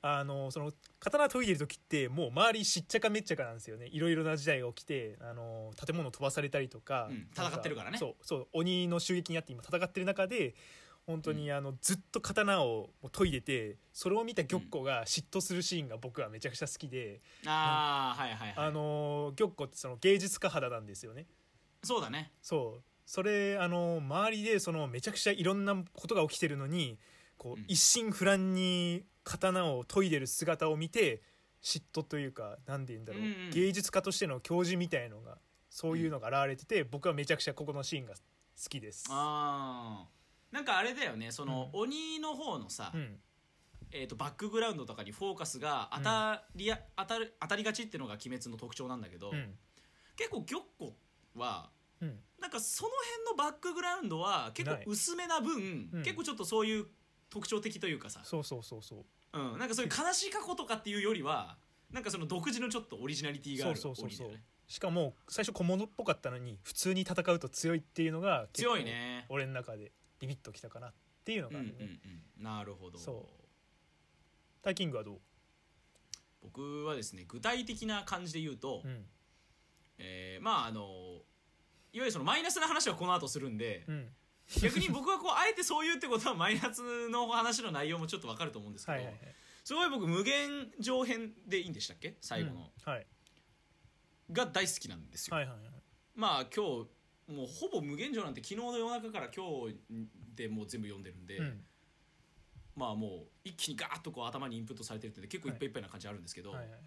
[SPEAKER 2] あのその刀研いでる時ってもう周りしっちゃかめっちゃかなんですよねいろいろな事態が起きてあの建物飛ばされたりとか、
[SPEAKER 1] うん戦ってるからね
[SPEAKER 2] なんそうそう鬼の襲撃にあって今戦ってる中で本当にあのずっと刀をもう研いでてそれを見た玉子が嫉妬するシーンが僕はめちゃくちゃ好きで、
[SPEAKER 1] ああはいはいはい
[SPEAKER 2] あの玉子ってその芸術家肌なんですよね
[SPEAKER 1] そうだね
[SPEAKER 2] そうそれあの周りでそのめちゃくちゃいろんなことが起きてるのにこう、
[SPEAKER 1] うん
[SPEAKER 2] 一心不乱に刀を研いでる姿を見て嫉妬というか何て言うんだろう、
[SPEAKER 1] うんうん
[SPEAKER 2] 芸術家としての教授みたいのがそういうのが現れてて、僕はめちゃくちゃここのシーンが好きです。
[SPEAKER 1] あーなんかあれだよねその、鬼の方のさ、
[SPEAKER 2] うん、
[SPEAKER 1] えー、とバックグラウンドとかにフォーカスが当たり,、当たる当たりがちっていうのが鬼滅の特徴なんだけど、
[SPEAKER 2] うん
[SPEAKER 1] 結構玉子は
[SPEAKER 2] うん
[SPEAKER 1] なんかその辺のバックグラウンドは結構
[SPEAKER 2] ない
[SPEAKER 1] 薄めな分、
[SPEAKER 2] うん
[SPEAKER 1] 結構ちょっとそういう特徴的というかさ、
[SPEAKER 2] そうそうそうそう
[SPEAKER 1] うん、なんかそういう悲しい過去とかっていうよりはなんかその独自のちょっとオリジナリティがある
[SPEAKER 2] そうそうそう
[SPEAKER 1] 鬼だ
[SPEAKER 2] そう
[SPEAKER 1] よね
[SPEAKER 2] しかも最初小物っぽかったのに普通に戦うと強いっていうのが結構
[SPEAKER 1] 強いね
[SPEAKER 2] 俺の中でビビッときたかなっていうの
[SPEAKER 1] うん
[SPEAKER 2] が
[SPEAKER 1] う
[SPEAKER 2] あ
[SPEAKER 1] ん
[SPEAKER 2] るね、
[SPEAKER 1] うんなるほど
[SPEAKER 2] そタイキングはどう、
[SPEAKER 1] 僕はですね具体的な感じで言うと、
[SPEAKER 2] うん
[SPEAKER 1] えーまああのいわゆるそのマイナスな話はこの後するんで、
[SPEAKER 2] うん、
[SPEAKER 1] 逆に僕はこうあえてそう言うってことはマイナスの話の内容もちょっとわかると思うんですけど、
[SPEAKER 2] はいはいはい
[SPEAKER 1] すごい僕無限上編でいいんでしたっけ最後の、
[SPEAKER 2] うんはい
[SPEAKER 1] が大好きなんですよ、
[SPEAKER 2] はいはいはい
[SPEAKER 1] まあ今日もうほぼ無限上なんて昨日の夜中から今日でもう全部読んでるんで、
[SPEAKER 2] うん
[SPEAKER 1] まあもう一気にガーッとこう頭にインプットされてるってんで結構いっぱいいっぱいな感じあるんですけど、
[SPEAKER 2] はいはいはい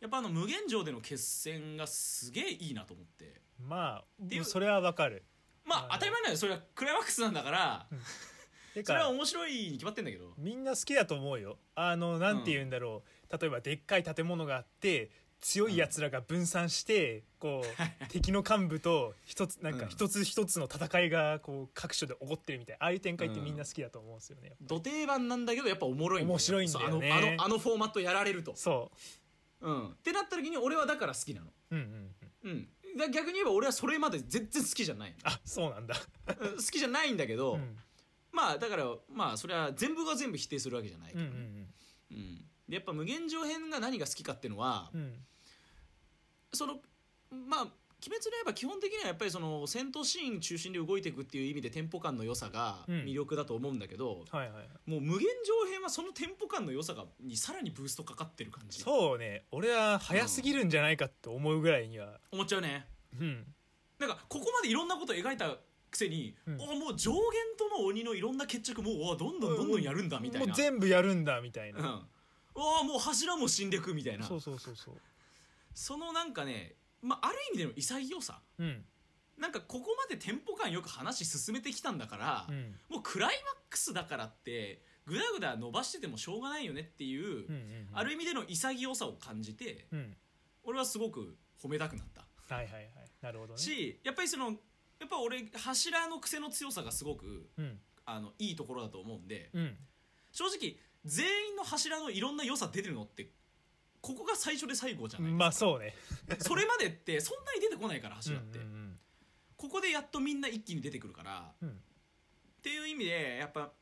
[SPEAKER 1] やっぱあの無限上での決戦がすげえいいなと思って
[SPEAKER 2] ま
[SPEAKER 1] ていう
[SPEAKER 2] あそれはわかる
[SPEAKER 1] ま
[SPEAKER 2] あ
[SPEAKER 1] あ
[SPEAKER 2] の
[SPEAKER 1] 当たり前なんだよそれはクライマックスなんだから、
[SPEAKER 2] うんて
[SPEAKER 1] それは
[SPEAKER 2] か
[SPEAKER 1] 面白いに決まってんだけど
[SPEAKER 2] みんな好きだと思うよあのなんて言うんだろう、例えばでっかい建物があって強いやつらが分散して、こう敵の幹部と一つなんか
[SPEAKER 1] うん
[SPEAKER 2] 一つ一つの戦いがこう各所で起こってるみたいなああいう展開って
[SPEAKER 1] うん
[SPEAKER 2] みんな好きだと思うんですよね、
[SPEAKER 1] 土定番なんだけどやっぱおもろい
[SPEAKER 2] 面白いんだよね
[SPEAKER 1] そうあのあのあのフォーマットやられると、
[SPEAKER 2] そ
[SPEAKER 1] うん、ってなった時に俺はだから好きなの、
[SPEAKER 2] ううんうんうん
[SPEAKER 1] うん、だ逆に言えば俺はそれまで全然好きじゃ ない
[SPEAKER 2] あそうなんだ
[SPEAKER 1] うん好きじゃないんだけど、
[SPEAKER 2] うん
[SPEAKER 1] まあだからまあそれは全部が全部否定するわけじゃないけ
[SPEAKER 2] うん
[SPEAKER 1] ど
[SPEAKER 2] う
[SPEAKER 1] ね、
[SPEAKER 2] ん
[SPEAKER 1] うんでやっぱ無限上編が何が好きかっていうのは、
[SPEAKER 2] うんうん
[SPEAKER 1] そのまあ鬼滅の刃基本的にはやっぱりその戦闘シーン中心で動いていくっていう意味でテンポ感の良さが
[SPEAKER 2] うん
[SPEAKER 1] 魅力だと思うんだけど、
[SPEAKER 2] はいはいはい
[SPEAKER 1] もう無限上編はそのテンポ感の良さがにさらにブーストかかってる感じ
[SPEAKER 2] そうね俺は早すぎるんじゃないかって思うぐらいには
[SPEAKER 1] 思っちゃうね
[SPEAKER 2] うん
[SPEAKER 1] なんかここまでいろんなことを描いたくせに、
[SPEAKER 2] うん
[SPEAKER 1] おもう上限との鬼のいろんな決着もうおどんどんどんどんやるんだみたいな
[SPEAKER 2] もう全部やるんだみたい
[SPEAKER 1] うん、
[SPEAKER 2] な、
[SPEAKER 1] わあもう柱も死んでくみたいな
[SPEAKER 2] そうそうそうそう
[SPEAKER 1] そのなんかね、まあ、ある意味での潔さ
[SPEAKER 2] うん
[SPEAKER 1] なんかここまでテンポ感よく話進めてきたんだから、
[SPEAKER 2] うん
[SPEAKER 1] もうクライマックスだからってぐだぐだ伸ばしててもしょうがないよねっていう、
[SPEAKER 2] うんうん
[SPEAKER 1] ある意味での潔さを感じて
[SPEAKER 2] うん
[SPEAKER 1] 俺はすごく褒めたくなった
[SPEAKER 2] はいはいはいなるほどね
[SPEAKER 1] しやっぱりそのやっぱ俺柱の癖の強さがすごく
[SPEAKER 2] うん
[SPEAKER 1] あのいいところだと思うんで
[SPEAKER 2] うん
[SPEAKER 1] 正直全員の柱のいろんな良さ出てるのってここが最初で最後じゃない、
[SPEAKER 2] まあそうね
[SPEAKER 1] それまでってそんなに出てこないから柱って、
[SPEAKER 2] うんうん
[SPEAKER 1] ここでやっとみんな一気に出てくるから
[SPEAKER 2] うんうん
[SPEAKER 1] っていう意味でやっぱ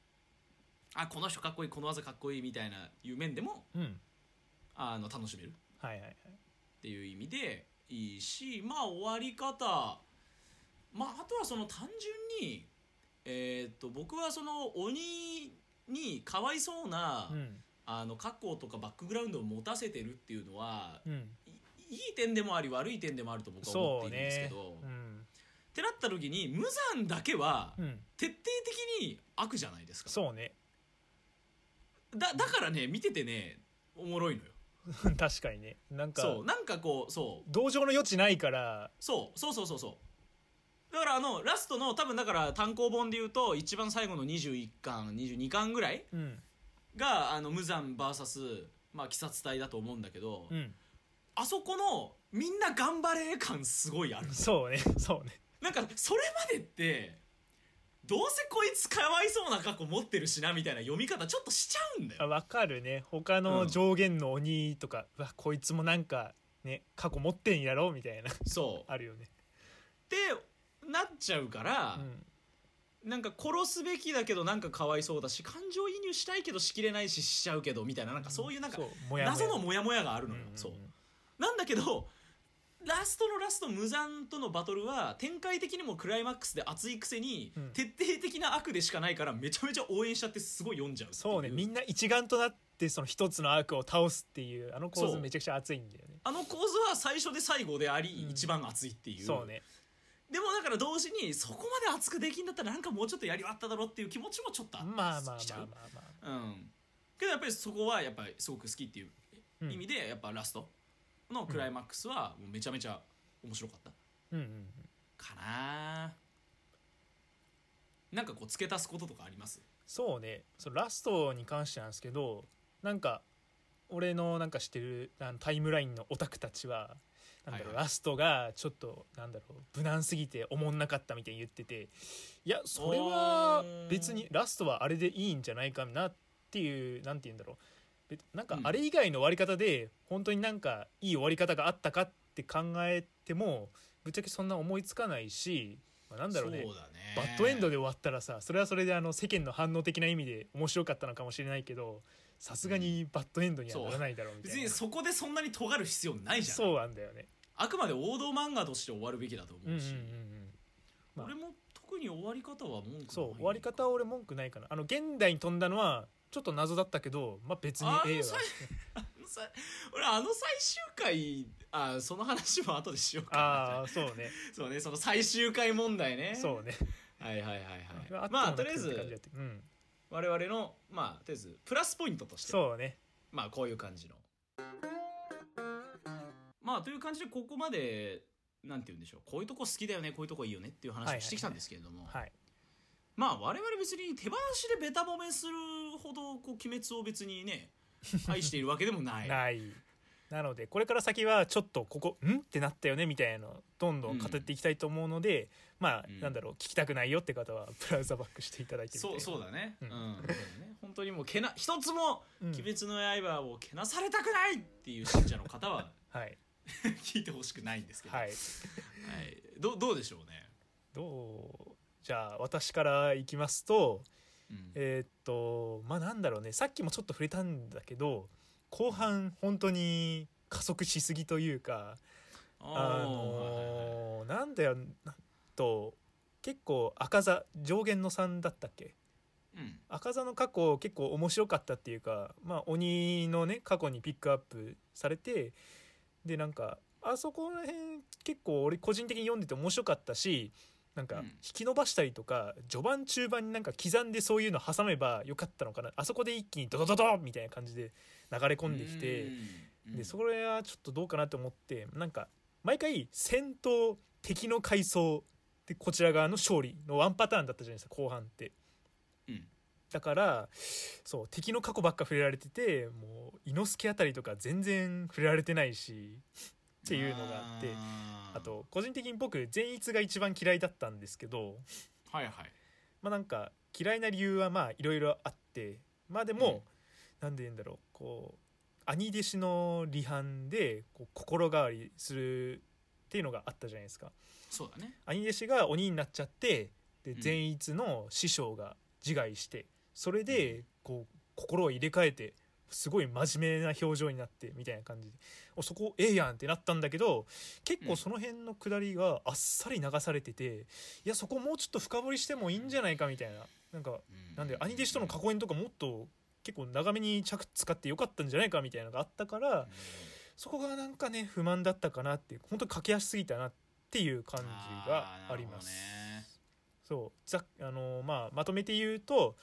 [SPEAKER 1] あこの人かっこいいこの技かっこいいみたいないう面でも
[SPEAKER 2] うん
[SPEAKER 1] あの楽しめるっ
[SPEAKER 2] はいはいはい
[SPEAKER 1] ていう意味でいいしまあ終わり方まああとはその単純にえーっと僕はその鬼にかわいそうな、
[SPEAKER 2] うん
[SPEAKER 1] あの過去とかバックグラウンドを持たせてるっていうのは
[SPEAKER 2] うん
[SPEAKER 1] いいい点でもあり悪い点でもあると僕は思って
[SPEAKER 2] そ
[SPEAKER 1] い
[SPEAKER 2] う
[SPEAKER 1] るんですけ
[SPEAKER 2] ね
[SPEAKER 1] ど、
[SPEAKER 2] うん
[SPEAKER 1] ってなった時に無惨だけは
[SPEAKER 2] うん
[SPEAKER 1] 徹底的に悪じゃないですか
[SPEAKER 2] そうね
[SPEAKER 1] だだからね見ててねおもろいのよ
[SPEAKER 2] 確かにねなんか
[SPEAKER 1] そうなんかこうそう
[SPEAKER 2] 同情の余地ないから
[SPEAKER 1] そうそうそうそうそうだからあのラストの多分だから単行本で言うと一番最後の21巻22巻ぐらい
[SPEAKER 2] うん
[SPEAKER 1] があの無惨 VS まあ鬼殺隊だと思うんだけど、
[SPEAKER 2] うん
[SPEAKER 1] あそこのみんな頑張れ感すごいある
[SPEAKER 2] そうねそうね
[SPEAKER 1] なんかそれまでってどうせこいつかわいそうな過去持ってるしなみたいな読み方ちょっとしちゃうんだ
[SPEAKER 2] あ
[SPEAKER 1] よ
[SPEAKER 2] わかるね他の上限の鬼とか、うわこいつもなんかね過去持ってんやろみたいな
[SPEAKER 1] そうっ
[SPEAKER 2] あるよね、
[SPEAKER 1] てなっちゃうから
[SPEAKER 2] う、ん、
[SPEAKER 1] なんか殺すべきだけどなんかかわいそうだし感情移入したいけどしきれないししちゃうけどみたいななんかそういうなんか
[SPEAKER 2] そもやもや
[SPEAKER 1] 謎のモヤモヤがあるのよ、
[SPEAKER 2] んんん
[SPEAKER 1] そうなんだけどラストのラスト無惨とのバトルは展開的にもクライマックスで熱いくせに、
[SPEAKER 2] うん
[SPEAKER 1] 徹底的な悪でしかないからめちゃめちゃ応援しちゃってすごい読んじゃうってい
[SPEAKER 2] そうねみんな一丸となってその一つの悪を倒すっていうあの構
[SPEAKER 1] そ
[SPEAKER 2] 図
[SPEAKER 1] う
[SPEAKER 2] めちゃくちゃ熱いんだよね
[SPEAKER 1] あの構図は最初で最後であり、
[SPEAKER 2] うん
[SPEAKER 1] 一番熱いっていう
[SPEAKER 2] そうね
[SPEAKER 1] でもだから同時にそこまで熱くできんだったらなんかもうちょっとやり終わっただろうっていう気持ちもちょっと
[SPEAKER 2] ま
[SPEAKER 1] あ
[SPEAKER 2] あ
[SPEAKER 1] っ
[SPEAKER 2] まあまあま
[SPEAKER 1] しちゃ
[SPEAKER 2] あ
[SPEAKER 1] う
[SPEAKER 2] まあ、まあ
[SPEAKER 1] うん、けどやっぱりそこはやっぱりすごく好きっていう
[SPEAKER 2] うん、
[SPEAKER 1] 意味で、やっぱラストのクライマックスはもうめちゃめちゃ面白かった
[SPEAKER 2] うんうんうん
[SPEAKER 1] かななんかこう付け足すこととかあります
[SPEAKER 2] そうねそのラストに関してなんですけどなんか俺のなんかしてるあのタイムラインのオタクたちはなんだろ
[SPEAKER 1] はい
[SPEAKER 2] う、
[SPEAKER 1] はい
[SPEAKER 2] ラストがちょっとなんだろう無難すぎておもんなかったみたいに言ってていやそれは別にラストはあれでいいんじゃないかなっていうなんて言うんだろうべなんか
[SPEAKER 1] うん
[SPEAKER 2] あれ以外の終わり方で本当になんかいい終わり方があったかって考えてもぶっちゃけそんな思いつかないし、まあ、なんだろうね
[SPEAKER 1] そうだね
[SPEAKER 2] バッドエンドで終わったらさそれはそれであの世間の反応的な意味で面白かったのかもしれないけどさすがにバッドエンドにはならないだろうみた
[SPEAKER 1] 別
[SPEAKER 2] いな、
[SPEAKER 1] にそこでそんなに尖る必要ないじゃん
[SPEAKER 2] そうなんだよね
[SPEAKER 1] あくまで王道漫画として終わるべきだと
[SPEAKER 2] うん
[SPEAKER 1] 思
[SPEAKER 2] うん
[SPEAKER 1] う
[SPEAKER 2] うんう
[SPEAKER 1] し、
[SPEAKER 2] んまあ
[SPEAKER 1] 俺も特に終わり方は文句ない
[SPEAKER 2] そう終わり方は俺文句ないかなあの現代に飛んだのはちょっと謎だったけどまあ別にええ
[SPEAKER 1] あ
[SPEAKER 2] わ
[SPEAKER 1] そうさ俺あの最終回あその話も後でしようかな
[SPEAKER 2] ああそうね
[SPEAKER 1] そうねその最終回問題ね
[SPEAKER 2] そうね
[SPEAKER 1] はいはいはい
[SPEAKER 2] ま
[SPEAKER 1] は
[SPEAKER 2] あ
[SPEAKER 1] いまあ
[SPEAKER 2] っ
[SPEAKER 1] と
[SPEAKER 2] て
[SPEAKER 1] りあ
[SPEAKER 2] も
[SPEAKER 1] え
[SPEAKER 2] なくてって感じ
[SPEAKER 1] ず
[SPEAKER 2] だったうん
[SPEAKER 1] 我々のまあとりあえずプラスポイントとして
[SPEAKER 2] そうね
[SPEAKER 1] まあこういう感じのまあという感じでここまでなんて言うんでしょうこういうとこ好きだよねこういうとこいいよねっていう話をしてきたんですけれども、
[SPEAKER 2] はい
[SPEAKER 1] まあ我々別に手放しでベタ褒めするほどこう鬼滅を別にね愛しているわけでもない
[SPEAKER 2] ないなのでこれから先はちょっとここ「ん?」ってなったよねみたいなのをどんどん語っていきたいと思うので、まあ、
[SPEAKER 1] うん
[SPEAKER 2] なんだろう聞きたくないよって方はブラウザバックしていただいてみたい
[SPEAKER 1] そう
[SPEAKER 2] な
[SPEAKER 1] そうだね、う
[SPEAKER 2] うんん
[SPEAKER 1] そうだね本当にもうけな一つも
[SPEAKER 2] うん
[SPEAKER 1] 「鬼滅の刃」をけなされたくないっていう信者の方は
[SPEAKER 2] はい
[SPEAKER 1] 聞いてほしくないんですけど、
[SPEAKER 2] はい
[SPEAKER 1] はいどうどうでしょうね、
[SPEAKER 2] どうじゃあ私からいきますと
[SPEAKER 1] うん
[SPEAKER 2] えーっとまあなんだろうねさっきもちょっと触れたんだけど後半本当に加速しすぎというかあ
[SPEAKER 1] ー
[SPEAKER 2] のーなんだよなんと結構赤座上限の3だったっけ
[SPEAKER 1] うん
[SPEAKER 2] 赤座の過去結構面白かったっていうか、まあ、鬼のね過去にピックアップされてでなんかあそこら辺結構俺個人的に読んでて面白かったしなんか
[SPEAKER 1] うん
[SPEAKER 2] 引き伸ばしたりとか、序盤中盤になんか刻んでそういうの挟めばよかったのかなあそこで一気にドドドドンみたいな感じで流れ込んでき
[SPEAKER 1] う
[SPEAKER 2] て。
[SPEAKER 1] んうん
[SPEAKER 2] でそれはちょっとどうかなと思ってなんか毎回戦闘敵の階層でこちら側の勝利のワンパターンだったじゃないですか後半って、
[SPEAKER 1] うん
[SPEAKER 2] だからそう敵の過去ばっか触れられててもう伊之助あたりとか全然触れられてないしっていうのがあって
[SPEAKER 1] あー
[SPEAKER 2] あと個人的に僕善逸が一番嫌いだったんですけど
[SPEAKER 1] はいはい
[SPEAKER 2] まあなんか嫌いな理由はまあいろいろあってまあでも、なんで言うんだろうこう兄弟子の離反でこう心変わりするっていうのがあったじゃないですか
[SPEAKER 1] そうだね
[SPEAKER 2] 兄弟子が鬼になっちゃってで
[SPEAKER 1] うん
[SPEAKER 2] 善逸の師匠が自害してそれでこう心を入れ替えてすごい真面目な表情になってみたいな感じでおそこええやんってなったんだけど結
[SPEAKER 1] うん
[SPEAKER 2] 構その辺の下りがあっさり流されてていやそこもうちょっと深掘りしてもいいんじゃないかみたいななんかなんで兄弟子との
[SPEAKER 1] 過去
[SPEAKER 2] 囲いとかもっと結構長めに着使ってよかったんじゃないかみたいなのがあったからそこがなんかね不満だったかなっていう本当に駆け足すぎたなっていう感じがあります。そうざあのまあ、まとめて言うと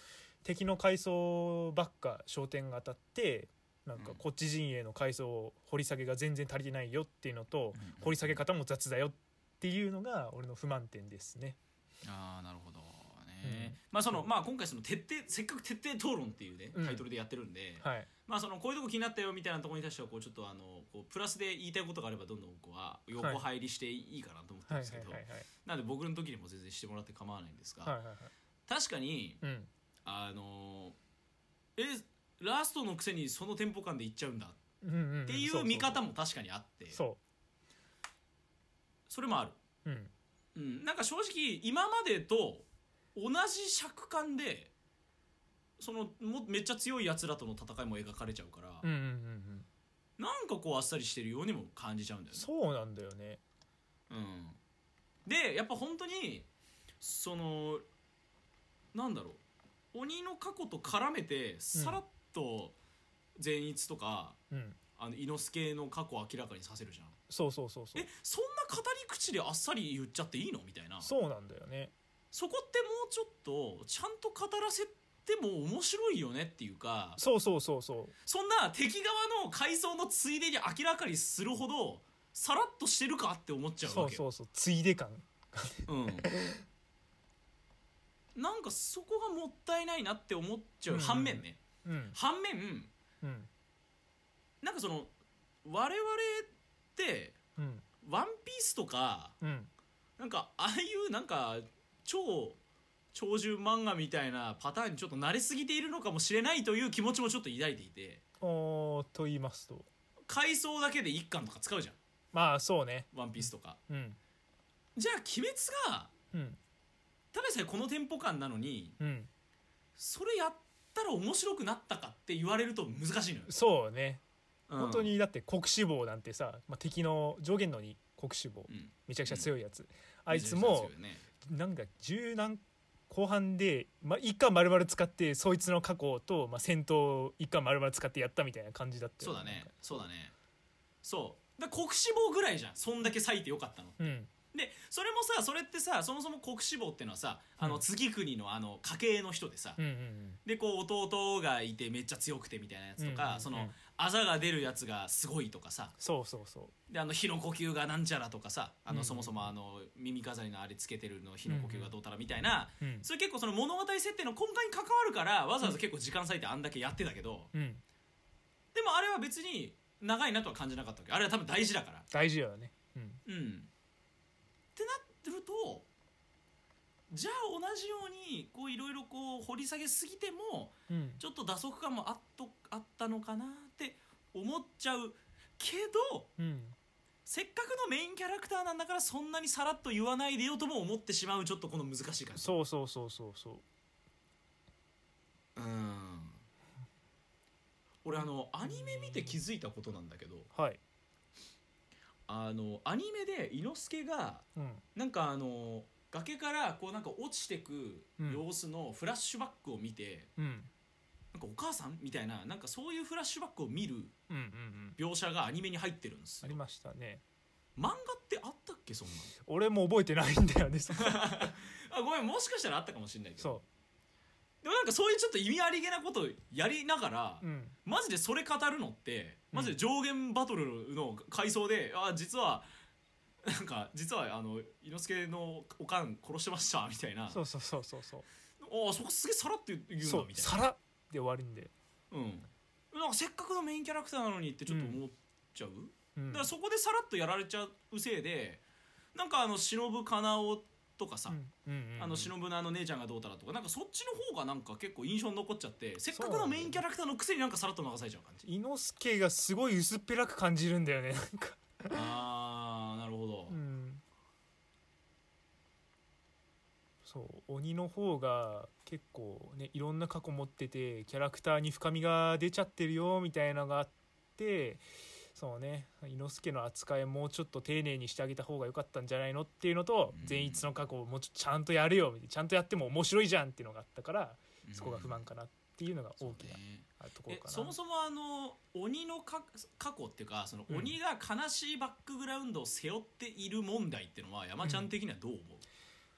[SPEAKER 2] 敵の階層ばっか焦点が当たってなんか
[SPEAKER 1] うん
[SPEAKER 2] こっち陣営の階層を掘り下げが全然足りてないよっていうのと、
[SPEAKER 1] うん
[SPEAKER 2] 掘り下げ方も雑だよっていうのが俺の不満点ですね。
[SPEAKER 1] ああなるほどね、
[SPEAKER 2] うん
[SPEAKER 1] まあそのまあ今回その徹底せっかく徹底討論っていうね
[SPEAKER 2] うん
[SPEAKER 1] タイトルでやってるんで、
[SPEAKER 2] はい、
[SPEAKER 1] まあそのこういうとこ気になったよみたいなところに対してはこうちょっとあのこうプラスで言いたいことがあればどんどんこうは横入りしていいかなと思ってる
[SPEAKER 2] は
[SPEAKER 1] ん
[SPEAKER 2] い
[SPEAKER 1] です
[SPEAKER 2] は
[SPEAKER 1] け
[SPEAKER 2] い
[SPEAKER 1] ど、
[SPEAKER 2] はいはい
[SPEAKER 1] なんで僕の時にも全然してもらって構わないんですが、
[SPEAKER 2] はいはいはい
[SPEAKER 1] 確かに
[SPEAKER 2] うん
[SPEAKER 1] あのえラストのくせにそのテンポ感でいっちゃうんだ
[SPEAKER 2] うんうんん
[SPEAKER 1] っていう見方も確かにあって
[SPEAKER 2] そ
[SPEAKER 1] それもある、
[SPEAKER 2] ううん
[SPEAKER 1] うん、なんか正直今までと同じ尺感でそのもめっちゃ強いやつらとの戦いも描かれちゃうから、
[SPEAKER 2] うんうんうんうん
[SPEAKER 1] なんかこうあっさりしてるようにも感じちゃうんだよね。
[SPEAKER 2] そうなんだよね
[SPEAKER 1] うん、でやっぱ本当にそのなんだろう鬼の過去と絡めてさらっと善逸とか、
[SPEAKER 2] うん
[SPEAKER 1] あの猪之助の過去を明らかにさせるじゃん。
[SPEAKER 2] そうそうそうそう
[SPEAKER 1] えそんな語り口であっさり言っちゃっていいのみたいなそ
[SPEAKER 2] そうなんだよね
[SPEAKER 1] こってもうちょっとちゃんと語らせても面白いよねっていうか
[SPEAKER 2] そうそうそうそう
[SPEAKER 1] そんな敵側の階層のついでに明らかにするほどさらっとしてるかって思っちゃう
[SPEAKER 2] そ
[SPEAKER 1] わ
[SPEAKER 2] う
[SPEAKER 1] け
[SPEAKER 2] そうそうついで感
[SPEAKER 1] うん、なんかそこがもったいないなって思っちゃう、
[SPEAKER 2] うん
[SPEAKER 1] 反面ね
[SPEAKER 2] うん
[SPEAKER 1] 反面
[SPEAKER 2] うん
[SPEAKER 1] なんかその我々って
[SPEAKER 2] うん
[SPEAKER 1] 「ワンピースとか
[SPEAKER 2] うん
[SPEAKER 1] なんかああいうなんか超長寿漫画みたいなパターンにちょっと慣れすぎているのかもしれないという気持ちもちょっと抱いていて
[SPEAKER 2] おーと言いますと
[SPEAKER 1] 回想だけで1巻とか使うじゃん
[SPEAKER 2] まあそうね
[SPEAKER 1] 「ワンピースとか。
[SPEAKER 2] うん
[SPEAKER 1] じゃあ「鬼滅」が
[SPEAKER 2] うん
[SPEAKER 1] ただでさえこのテンポ感なのに
[SPEAKER 2] うん
[SPEAKER 1] それやったら面白くなったかって言われると難しいのよ。
[SPEAKER 2] そうね
[SPEAKER 1] うん
[SPEAKER 2] 本当にだって国志望なんてさ、まあ、敵の上限のに国志望
[SPEAKER 1] うん
[SPEAKER 2] めちゃくちゃ強いやつ、あいつも
[SPEAKER 1] そうですよね
[SPEAKER 2] なんか十何後半で、まあ、一巻丸々使ってそいつの過去と、まあ、戦闘を一巻丸々使ってやったみたいな感じだった
[SPEAKER 1] そ
[SPEAKER 2] よ
[SPEAKER 1] うだねそうだねそうだから国志望ぐらいじゃんそんだけ割いてよかったの
[SPEAKER 2] うん
[SPEAKER 1] でそれもさそれってさそもそも国志望ってのはさあ
[SPEAKER 2] う
[SPEAKER 1] の
[SPEAKER 2] ん
[SPEAKER 1] 次国のあの家系の人でさ、
[SPEAKER 2] うんうん
[SPEAKER 1] でこう弟がいてめっちゃ強くてみたいなやつとか、
[SPEAKER 2] うんうんうん
[SPEAKER 1] そのあざが出るやつがすごいとかさ
[SPEAKER 2] そうそうそう
[SPEAKER 1] であの火の呼吸がなんちゃらとかさあ
[SPEAKER 2] うんう
[SPEAKER 1] の、
[SPEAKER 2] ん
[SPEAKER 1] そもそもあの耳飾りのあれつけてるの火の呼吸がどうたらみたいな、
[SPEAKER 2] うん
[SPEAKER 1] それ結構その物語設定の根幹に関わるからわざわざ結構時間割いてあんだけやってたけど、
[SPEAKER 2] うん
[SPEAKER 1] でもあれは別に長いなとは感じなかったわけあれは多分大事だから
[SPEAKER 2] 大事だよねうん
[SPEAKER 1] うんってなってるとじゃあ同じようにこういろいろこう掘り下げすぎても
[SPEAKER 2] うん
[SPEAKER 1] ちょっと打足感もあっとあったのかなって思っちゃうけど
[SPEAKER 2] うん
[SPEAKER 1] せっかくのメインキャラクターなんだからそんなにさらっと言わないでよとも思ってしまうちょっとこの難しい感じ
[SPEAKER 2] そうそうそうそうそう
[SPEAKER 1] うん俺あのアニメ見て気づいたことなんだけど
[SPEAKER 2] はい
[SPEAKER 1] あのアニメで猪之助が
[SPEAKER 2] うん
[SPEAKER 1] なんかあの崖からこうなんか落ちてく様子のフラッシュバックを見て、
[SPEAKER 2] うん
[SPEAKER 1] なんかお母さんみたいななんかそういうフラッシュバックを見る
[SPEAKER 2] うんうんうん
[SPEAKER 1] 描写がアニメに入ってるんです
[SPEAKER 2] あ
[SPEAKER 1] よ
[SPEAKER 2] りましたね
[SPEAKER 1] 漫画ってあったっけそんな
[SPEAKER 2] 俺も覚えてないんだ よねそこ
[SPEAKER 1] のあごめんもしかしたらあったかもしれないけど
[SPEAKER 2] そ
[SPEAKER 1] でもなんかそういうちょっと意味ありげなことをやりながら、
[SPEAKER 2] ううん
[SPEAKER 1] マジでそれ語るのってマジで上限バトルの回想で、あ実はなんか実はあの猪之助のおかん殺してましたみたいな
[SPEAKER 2] そうそうそうそうそう
[SPEAKER 1] あそこすげえさらって言う
[SPEAKER 2] そ
[SPEAKER 1] の
[SPEAKER 2] う
[SPEAKER 1] みたいな
[SPEAKER 2] さらっで終わりんで
[SPEAKER 1] うん、なんかせっかくのメインキャラクターなのにってちょっと思っちゃう、
[SPEAKER 2] うん
[SPEAKER 1] だからそこでさらっとやられちゃうせいでなんかあの忍かなおとかさ、
[SPEAKER 2] うんうんうんうん
[SPEAKER 1] あの忍のあの姉ちゃんがどうたらとかなんかそっちの方がなんか結構印象に残っちゃってせっかくのメインキャラクターのくせになんかさらっと流されちゃう感じ
[SPEAKER 2] 猪之助がすごい薄っぺらく感じるんだよねなんか、
[SPEAKER 1] あーなるほど、
[SPEAKER 2] うん、そう鬼の方が結構ねいろんな過去持っててキャラクターに深みが出ちゃってるよみたいなのがあってそうね猪之助の扱いもうちょっと丁寧にしてあげた方が良かったんじゃないのっていうのと
[SPEAKER 1] うん
[SPEAKER 2] 善逸の過去をもうちょっとちゃんとやれよみたいなちゃんとやっても面白いじゃんっていうのがあったから
[SPEAKER 1] うん
[SPEAKER 2] そこが不満かなっていうのが
[SPEAKER 1] そ
[SPEAKER 2] 大
[SPEAKER 1] う
[SPEAKER 2] きな
[SPEAKER 1] ね
[SPEAKER 2] ところ
[SPEAKER 1] え
[SPEAKER 2] かな。
[SPEAKER 1] そもそもあの鬼のか過去っていうかその
[SPEAKER 2] うん
[SPEAKER 1] 鬼が悲しいバックグラウンドを背負っている問題っていうのは山ちゃん的にはどう思う、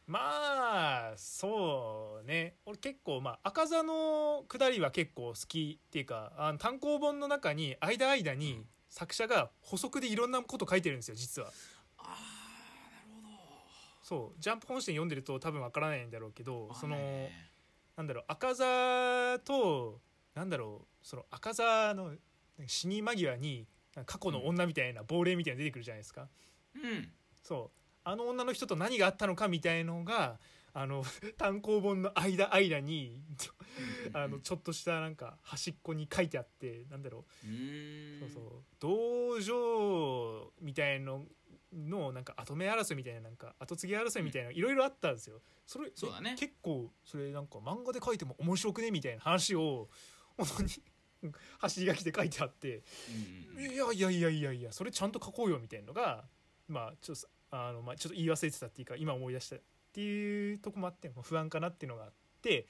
[SPEAKER 2] まあそうね俺結構まあ赤座の下りは結構好きっていうかあの単行本の中に間間
[SPEAKER 1] う
[SPEAKER 2] に
[SPEAKER 1] ん
[SPEAKER 2] 作者が補足でいろんなこと書いてるんですよ実は
[SPEAKER 1] あーなる
[SPEAKER 2] そうジャンプ本誌で読んでると多分わからないんだろうけ
[SPEAKER 1] ほ
[SPEAKER 2] ど
[SPEAKER 1] ど
[SPEAKER 2] そ
[SPEAKER 1] わか
[SPEAKER 2] の
[SPEAKER 1] んないね
[SPEAKER 2] なんだろう赤座となんだろうその赤座の死に間際に過去の女みたいな亡霊みたいなの出てくるじゃないですか、
[SPEAKER 1] うん
[SPEAKER 2] そうあの女の人と何があったのかみたいのがあの 単行本の間間にちょあのちょっとしたなんか端っこに書いてあってなんだろ
[SPEAKER 1] うー
[SPEAKER 2] うんそうそう道場みたいののなんか跡目争いみたいななんか後継ぎ争いみたいないろいろあったんですよ。それ
[SPEAKER 1] そうだね
[SPEAKER 2] 結構それなんか漫画で書いても面白くねみたいな話を本当に走り書きで書いてあって
[SPEAKER 1] うんうんうん
[SPEAKER 2] いやいやいやいやいやそれちゃんと書こうよみたいなのがまあちょっとあの、まあ、ちょっと言い忘れてたっていうか今思い出したっていうとこもあってまあ不安かなっていうのがあって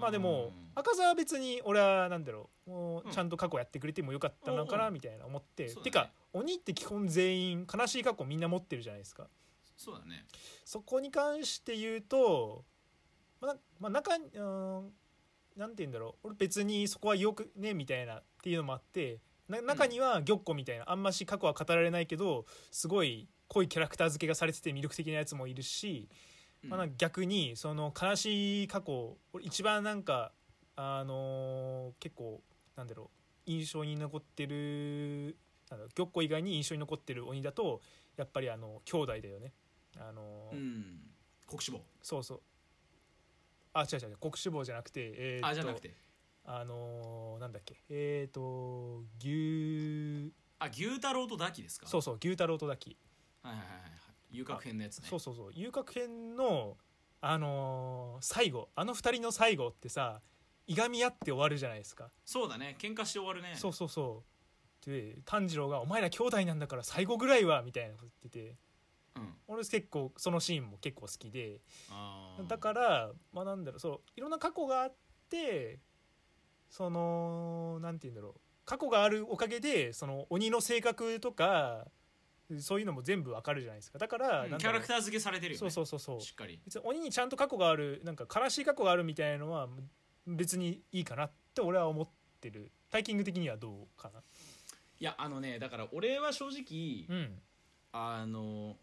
[SPEAKER 2] まあでも赤座は別に俺はなんだろうも
[SPEAKER 1] う
[SPEAKER 2] うんちゃんと過去やってくれてもよかったのか
[SPEAKER 1] おうお
[SPEAKER 2] な
[SPEAKER 1] う
[SPEAKER 2] みたいな思って、
[SPEAKER 1] そうだね
[SPEAKER 2] てか鬼って基本全員悲しい過去みんな持ってるじゃないですか
[SPEAKER 1] そうだね
[SPEAKER 2] そこに関して言うとまあ、まあ、中にうーんなんて言うんだろう俺別にそこはよくねみたいなっていうのもあってな中には玉子みたいなあんまし過去は語られないけどすごい濃いキャラクター付けがされてて魅力的なやつもいるし、
[SPEAKER 1] うん
[SPEAKER 2] まあ、なんか逆にその悲しい過去俺一番なんかあのー結構なんだろう印象に残ってるなんだろう玉子以外に印象に残ってる鬼だとやっぱりあの兄弟だよね。あの
[SPEAKER 1] う
[SPEAKER 2] ー
[SPEAKER 1] ん国志望
[SPEAKER 2] そうそうあ違う違う違う国志望じゃなくてえーっと
[SPEAKER 1] あじゃなくて
[SPEAKER 2] あのーなんだっけえっ、と牛
[SPEAKER 1] あ牛太郎とダキですか
[SPEAKER 2] そうそう牛太郎と抱き、
[SPEAKER 1] はいはいはいはい遊郭編のやつね
[SPEAKER 2] そうそうそう遊郭編のあのー最後あの二人の最後ってさいがみ合って終わるじゃないですか、
[SPEAKER 1] そうだね喧嘩して終わるね
[SPEAKER 2] そうそうそうで炭治郎が「お前ら兄弟なんだから最後ぐらいは」みたいなこと言ってて
[SPEAKER 1] うん
[SPEAKER 2] 俺結構そのシーンも結構好きで
[SPEAKER 1] あー
[SPEAKER 2] だからまあなんだろうそういろんな過去があってそのなんて言うんだろう過去があるおかげでその鬼の性格とかそういうのも全部わかるじゃないですかだから、
[SPEAKER 1] うん
[SPEAKER 2] なん
[SPEAKER 1] キ
[SPEAKER 2] だ
[SPEAKER 1] ャ
[SPEAKER 2] ろう
[SPEAKER 1] ラクター付けされてるよね
[SPEAKER 2] そうそうそうそう
[SPEAKER 1] しっかり
[SPEAKER 2] 別に鬼にちゃんと過去があるなんか悲しい過去があるみたいなのは別にいいかなって俺は思ってるタイキング的にはどうか
[SPEAKER 1] いやあのねだから俺は正直、
[SPEAKER 2] なうん
[SPEAKER 1] あの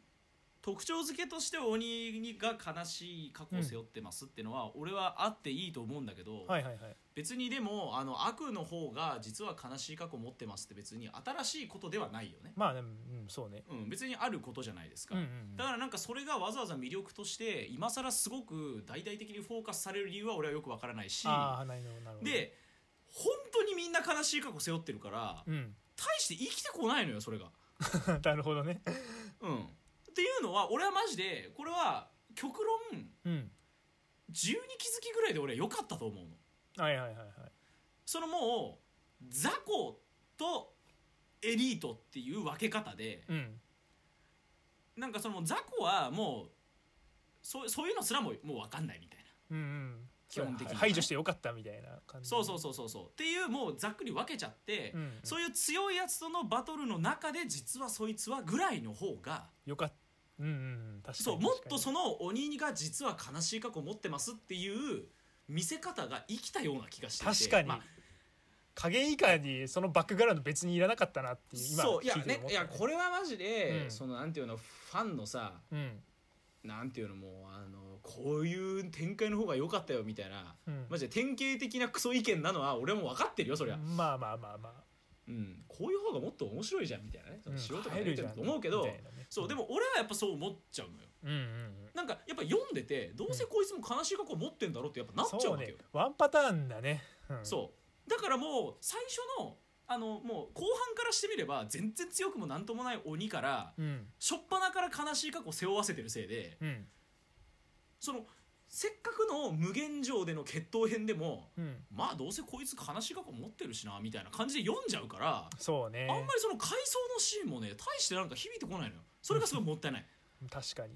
[SPEAKER 1] 特徴付けとして鬼が悲しい過去を背負ってますってのは、俺はあっていいと思うんだけど、
[SPEAKER 2] はいはいはい
[SPEAKER 1] 別にでもあの悪の方が実は悲しい過去を持ってますって別に新しいことではないよね、
[SPEAKER 2] まあでもうんそうね
[SPEAKER 1] うん、別にあることじゃないですか、
[SPEAKER 2] うんうん
[SPEAKER 1] だからなんかそれがわざわざ魅力として今更すごく大々的にフォーカスされる理由は俺はよくわからないし
[SPEAKER 2] ああなるほどなるほど
[SPEAKER 1] で本当にみんな悲しい過去背負ってるから、
[SPEAKER 2] うん
[SPEAKER 1] 大して生きてこないのよそれが。
[SPEAKER 2] なるほどね
[SPEAKER 1] うん、っていうのは俺はマジでこれは極論
[SPEAKER 2] うん
[SPEAKER 1] 12気づきぐらいで俺は良かったと思うの
[SPEAKER 2] はいはいはいはい
[SPEAKER 1] そのもう雑魚とエリートっていう分け方で、
[SPEAKER 2] うん
[SPEAKER 1] なんかその雑魚はもうそうそういうのすらももう分かんないみたいな
[SPEAKER 2] うんうん、
[SPEAKER 1] 基本的にはね
[SPEAKER 2] 排除してよかったみたいな感じ
[SPEAKER 1] そうそうそうそうそうっていうもうざっくり分けちゃって、
[SPEAKER 2] うんうん
[SPEAKER 1] そういう強いやつとのバトルの中で実はそいつはぐらいの方が
[SPEAKER 2] よかったうんうん確かに
[SPEAKER 1] そうもっと
[SPEAKER 2] の
[SPEAKER 1] その鬼が実は悲しい過去を持ってますっていう見せ方が生きたような気がしていて
[SPEAKER 2] 確かに、
[SPEAKER 1] まあ
[SPEAKER 2] 影以下にそのバックグラウンド別にいらなかったなっていう今
[SPEAKER 1] そういや
[SPEAKER 2] 聞いて
[SPEAKER 1] ね
[SPEAKER 2] 思っ
[SPEAKER 1] い
[SPEAKER 2] た
[SPEAKER 1] やこれはマジで、
[SPEAKER 2] うん
[SPEAKER 1] そのなんていうのファンのさ
[SPEAKER 2] うん
[SPEAKER 1] なんていうのもうあのこういう展開の方が良かったよみたいな、
[SPEAKER 2] うん
[SPEAKER 1] マジで典型的なクソ意見なのは俺も分かってるよそりゃ、
[SPEAKER 2] まあまあまあまあ
[SPEAKER 1] うんこういう方がもっと面白いじゃんみたいなねその素人がやりたいと思うけど、
[SPEAKER 2] 入るじゃんみたいなね
[SPEAKER 1] そうでも俺はやっぱそう思っちゃうのよ
[SPEAKER 2] うんうん
[SPEAKER 1] なんかやっぱ読んでてどうせこいつも悲しい過去を持ってんだろってやっぱなっ
[SPEAKER 2] うん
[SPEAKER 1] ちゃう
[SPEAKER 2] そう
[SPEAKER 1] わけよ、
[SPEAKER 2] ねワンパターンだね、うん、
[SPEAKER 1] そうだからもう最初のあのもう後半からしてみれば全然強くもなんともない鬼から
[SPEAKER 2] ううん
[SPEAKER 1] 初っ端から悲しい過去を背負わせてるせいで
[SPEAKER 2] うん
[SPEAKER 1] そのせっかくの無限上での決闘編でも
[SPEAKER 2] うん
[SPEAKER 1] まあどうせこいつ悲しい過去持ってるしなみたいな感じで読んじゃうから、
[SPEAKER 2] そうね
[SPEAKER 1] あんまりその回想のシーンもね大してなんか響いてこないのよそれがすごいもったいない。
[SPEAKER 2] 確かに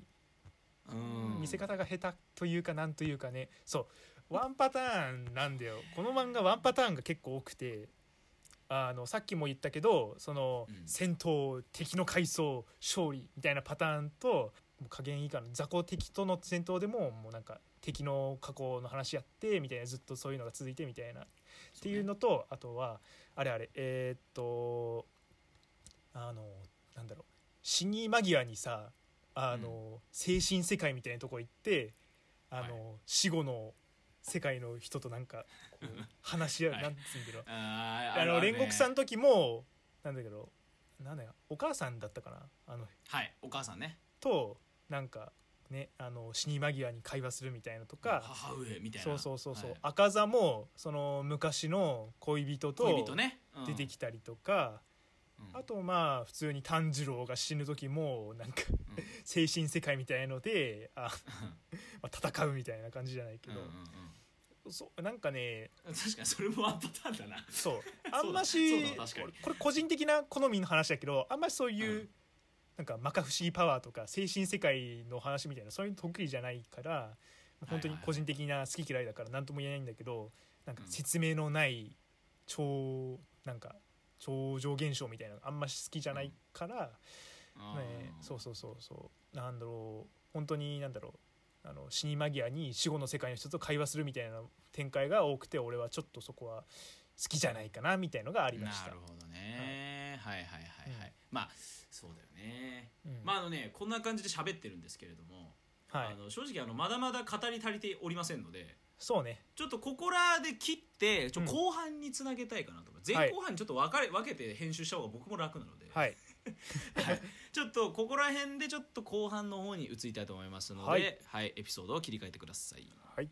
[SPEAKER 1] うん
[SPEAKER 2] 見せ方が下手というかなんというかねそうワンパターンなんだよこの漫画ワンパターンが結構多くてあのさっきも言ったけどその、
[SPEAKER 1] うん
[SPEAKER 2] 戦闘敵の回想勝利みたいなパターンともう加減以下の雑魚敵との戦闘でももうなんか敵の過去の話やってみたいなずっとそういうのが続いてみたいなっていうのとあとはあれあれえーっとあのなんだろう死に間際にさあの、
[SPEAKER 1] う
[SPEAKER 2] 精神世界みたいなとこ行ってあの、
[SPEAKER 1] は
[SPEAKER 2] 死後の世界の人となんかこう話し合 う、
[SPEAKER 1] はい
[SPEAKER 2] なんつうんだろう
[SPEAKER 1] あー
[SPEAKER 2] あの
[SPEAKER 1] るる
[SPEAKER 2] 煉
[SPEAKER 1] ね
[SPEAKER 2] 獄さんの時もなんだけどなんだよお母さんだったかなあの
[SPEAKER 1] はいお母さんね
[SPEAKER 2] となんかねあの死に間際に会話するみたいなとか
[SPEAKER 1] 母上みたいな
[SPEAKER 2] そうそうそうそう、
[SPEAKER 1] はい
[SPEAKER 2] 赤座もその昔の恋人
[SPEAKER 1] 恋
[SPEAKER 2] と
[SPEAKER 1] 人ね、うん
[SPEAKER 2] 出てきたりとか、
[SPEAKER 1] うん
[SPEAKER 2] あとまあ普通に炭治郎が死ぬ時もなんか
[SPEAKER 1] うん
[SPEAKER 2] 精神世界みたいので あ、まあ、戦うみたいな感じじゃないけど
[SPEAKER 1] うんうん、
[SPEAKER 2] そうなんかね
[SPEAKER 1] うん確かにそれもワンパターンだな
[SPEAKER 2] そう
[SPEAKER 1] だ
[SPEAKER 2] あんまし
[SPEAKER 1] そうだ確かに
[SPEAKER 2] これ個人的な好みの話だけどあんましそういう、
[SPEAKER 1] うん
[SPEAKER 2] なんか摩訶不思議パワーとか精神世界の話みたいなそういうの得意じゃないから本当に個人的な好き嫌いだから何とも言えないんだけどなんか
[SPEAKER 1] うん
[SPEAKER 2] 説明のない超なんか超常現象みたいなのあんまし好きじゃないから、ね、そうそうそうそうなんだろう本当になんだろうあの死に間際に死後の世界の人と会話するみたいな展開が多くて俺はちょっとそこは好きじゃないかなみたいのがありました
[SPEAKER 1] なる、ほどね、はい、はいはいはいはい、まあそうだよね
[SPEAKER 2] うん
[SPEAKER 1] まああのねこんな感じで喋ってるんですけれども、
[SPEAKER 2] は
[SPEAKER 1] あ
[SPEAKER 2] い
[SPEAKER 1] の正直あのまだまだ語り足りておりませんので
[SPEAKER 2] そうね
[SPEAKER 1] ちょっとここらで切ってちょ
[SPEAKER 2] うん
[SPEAKER 1] 後半につなげたいかなと思う
[SPEAKER 2] は
[SPEAKER 1] 前
[SPEAKER 2] い
[SPEAKER 1] 後半にちょっと分かれ分けて編集した方が僕も楽なので、
[SPEAKER 2] はい
[SPEAKER 1] はい ちょっとここら辺でちょっと後半の方に移りたいと思いますので、
[SPEAKER 2] はい
[SPEAKER 1] はい、エピソードを切り替えてください。
[SPEAKER 2] はい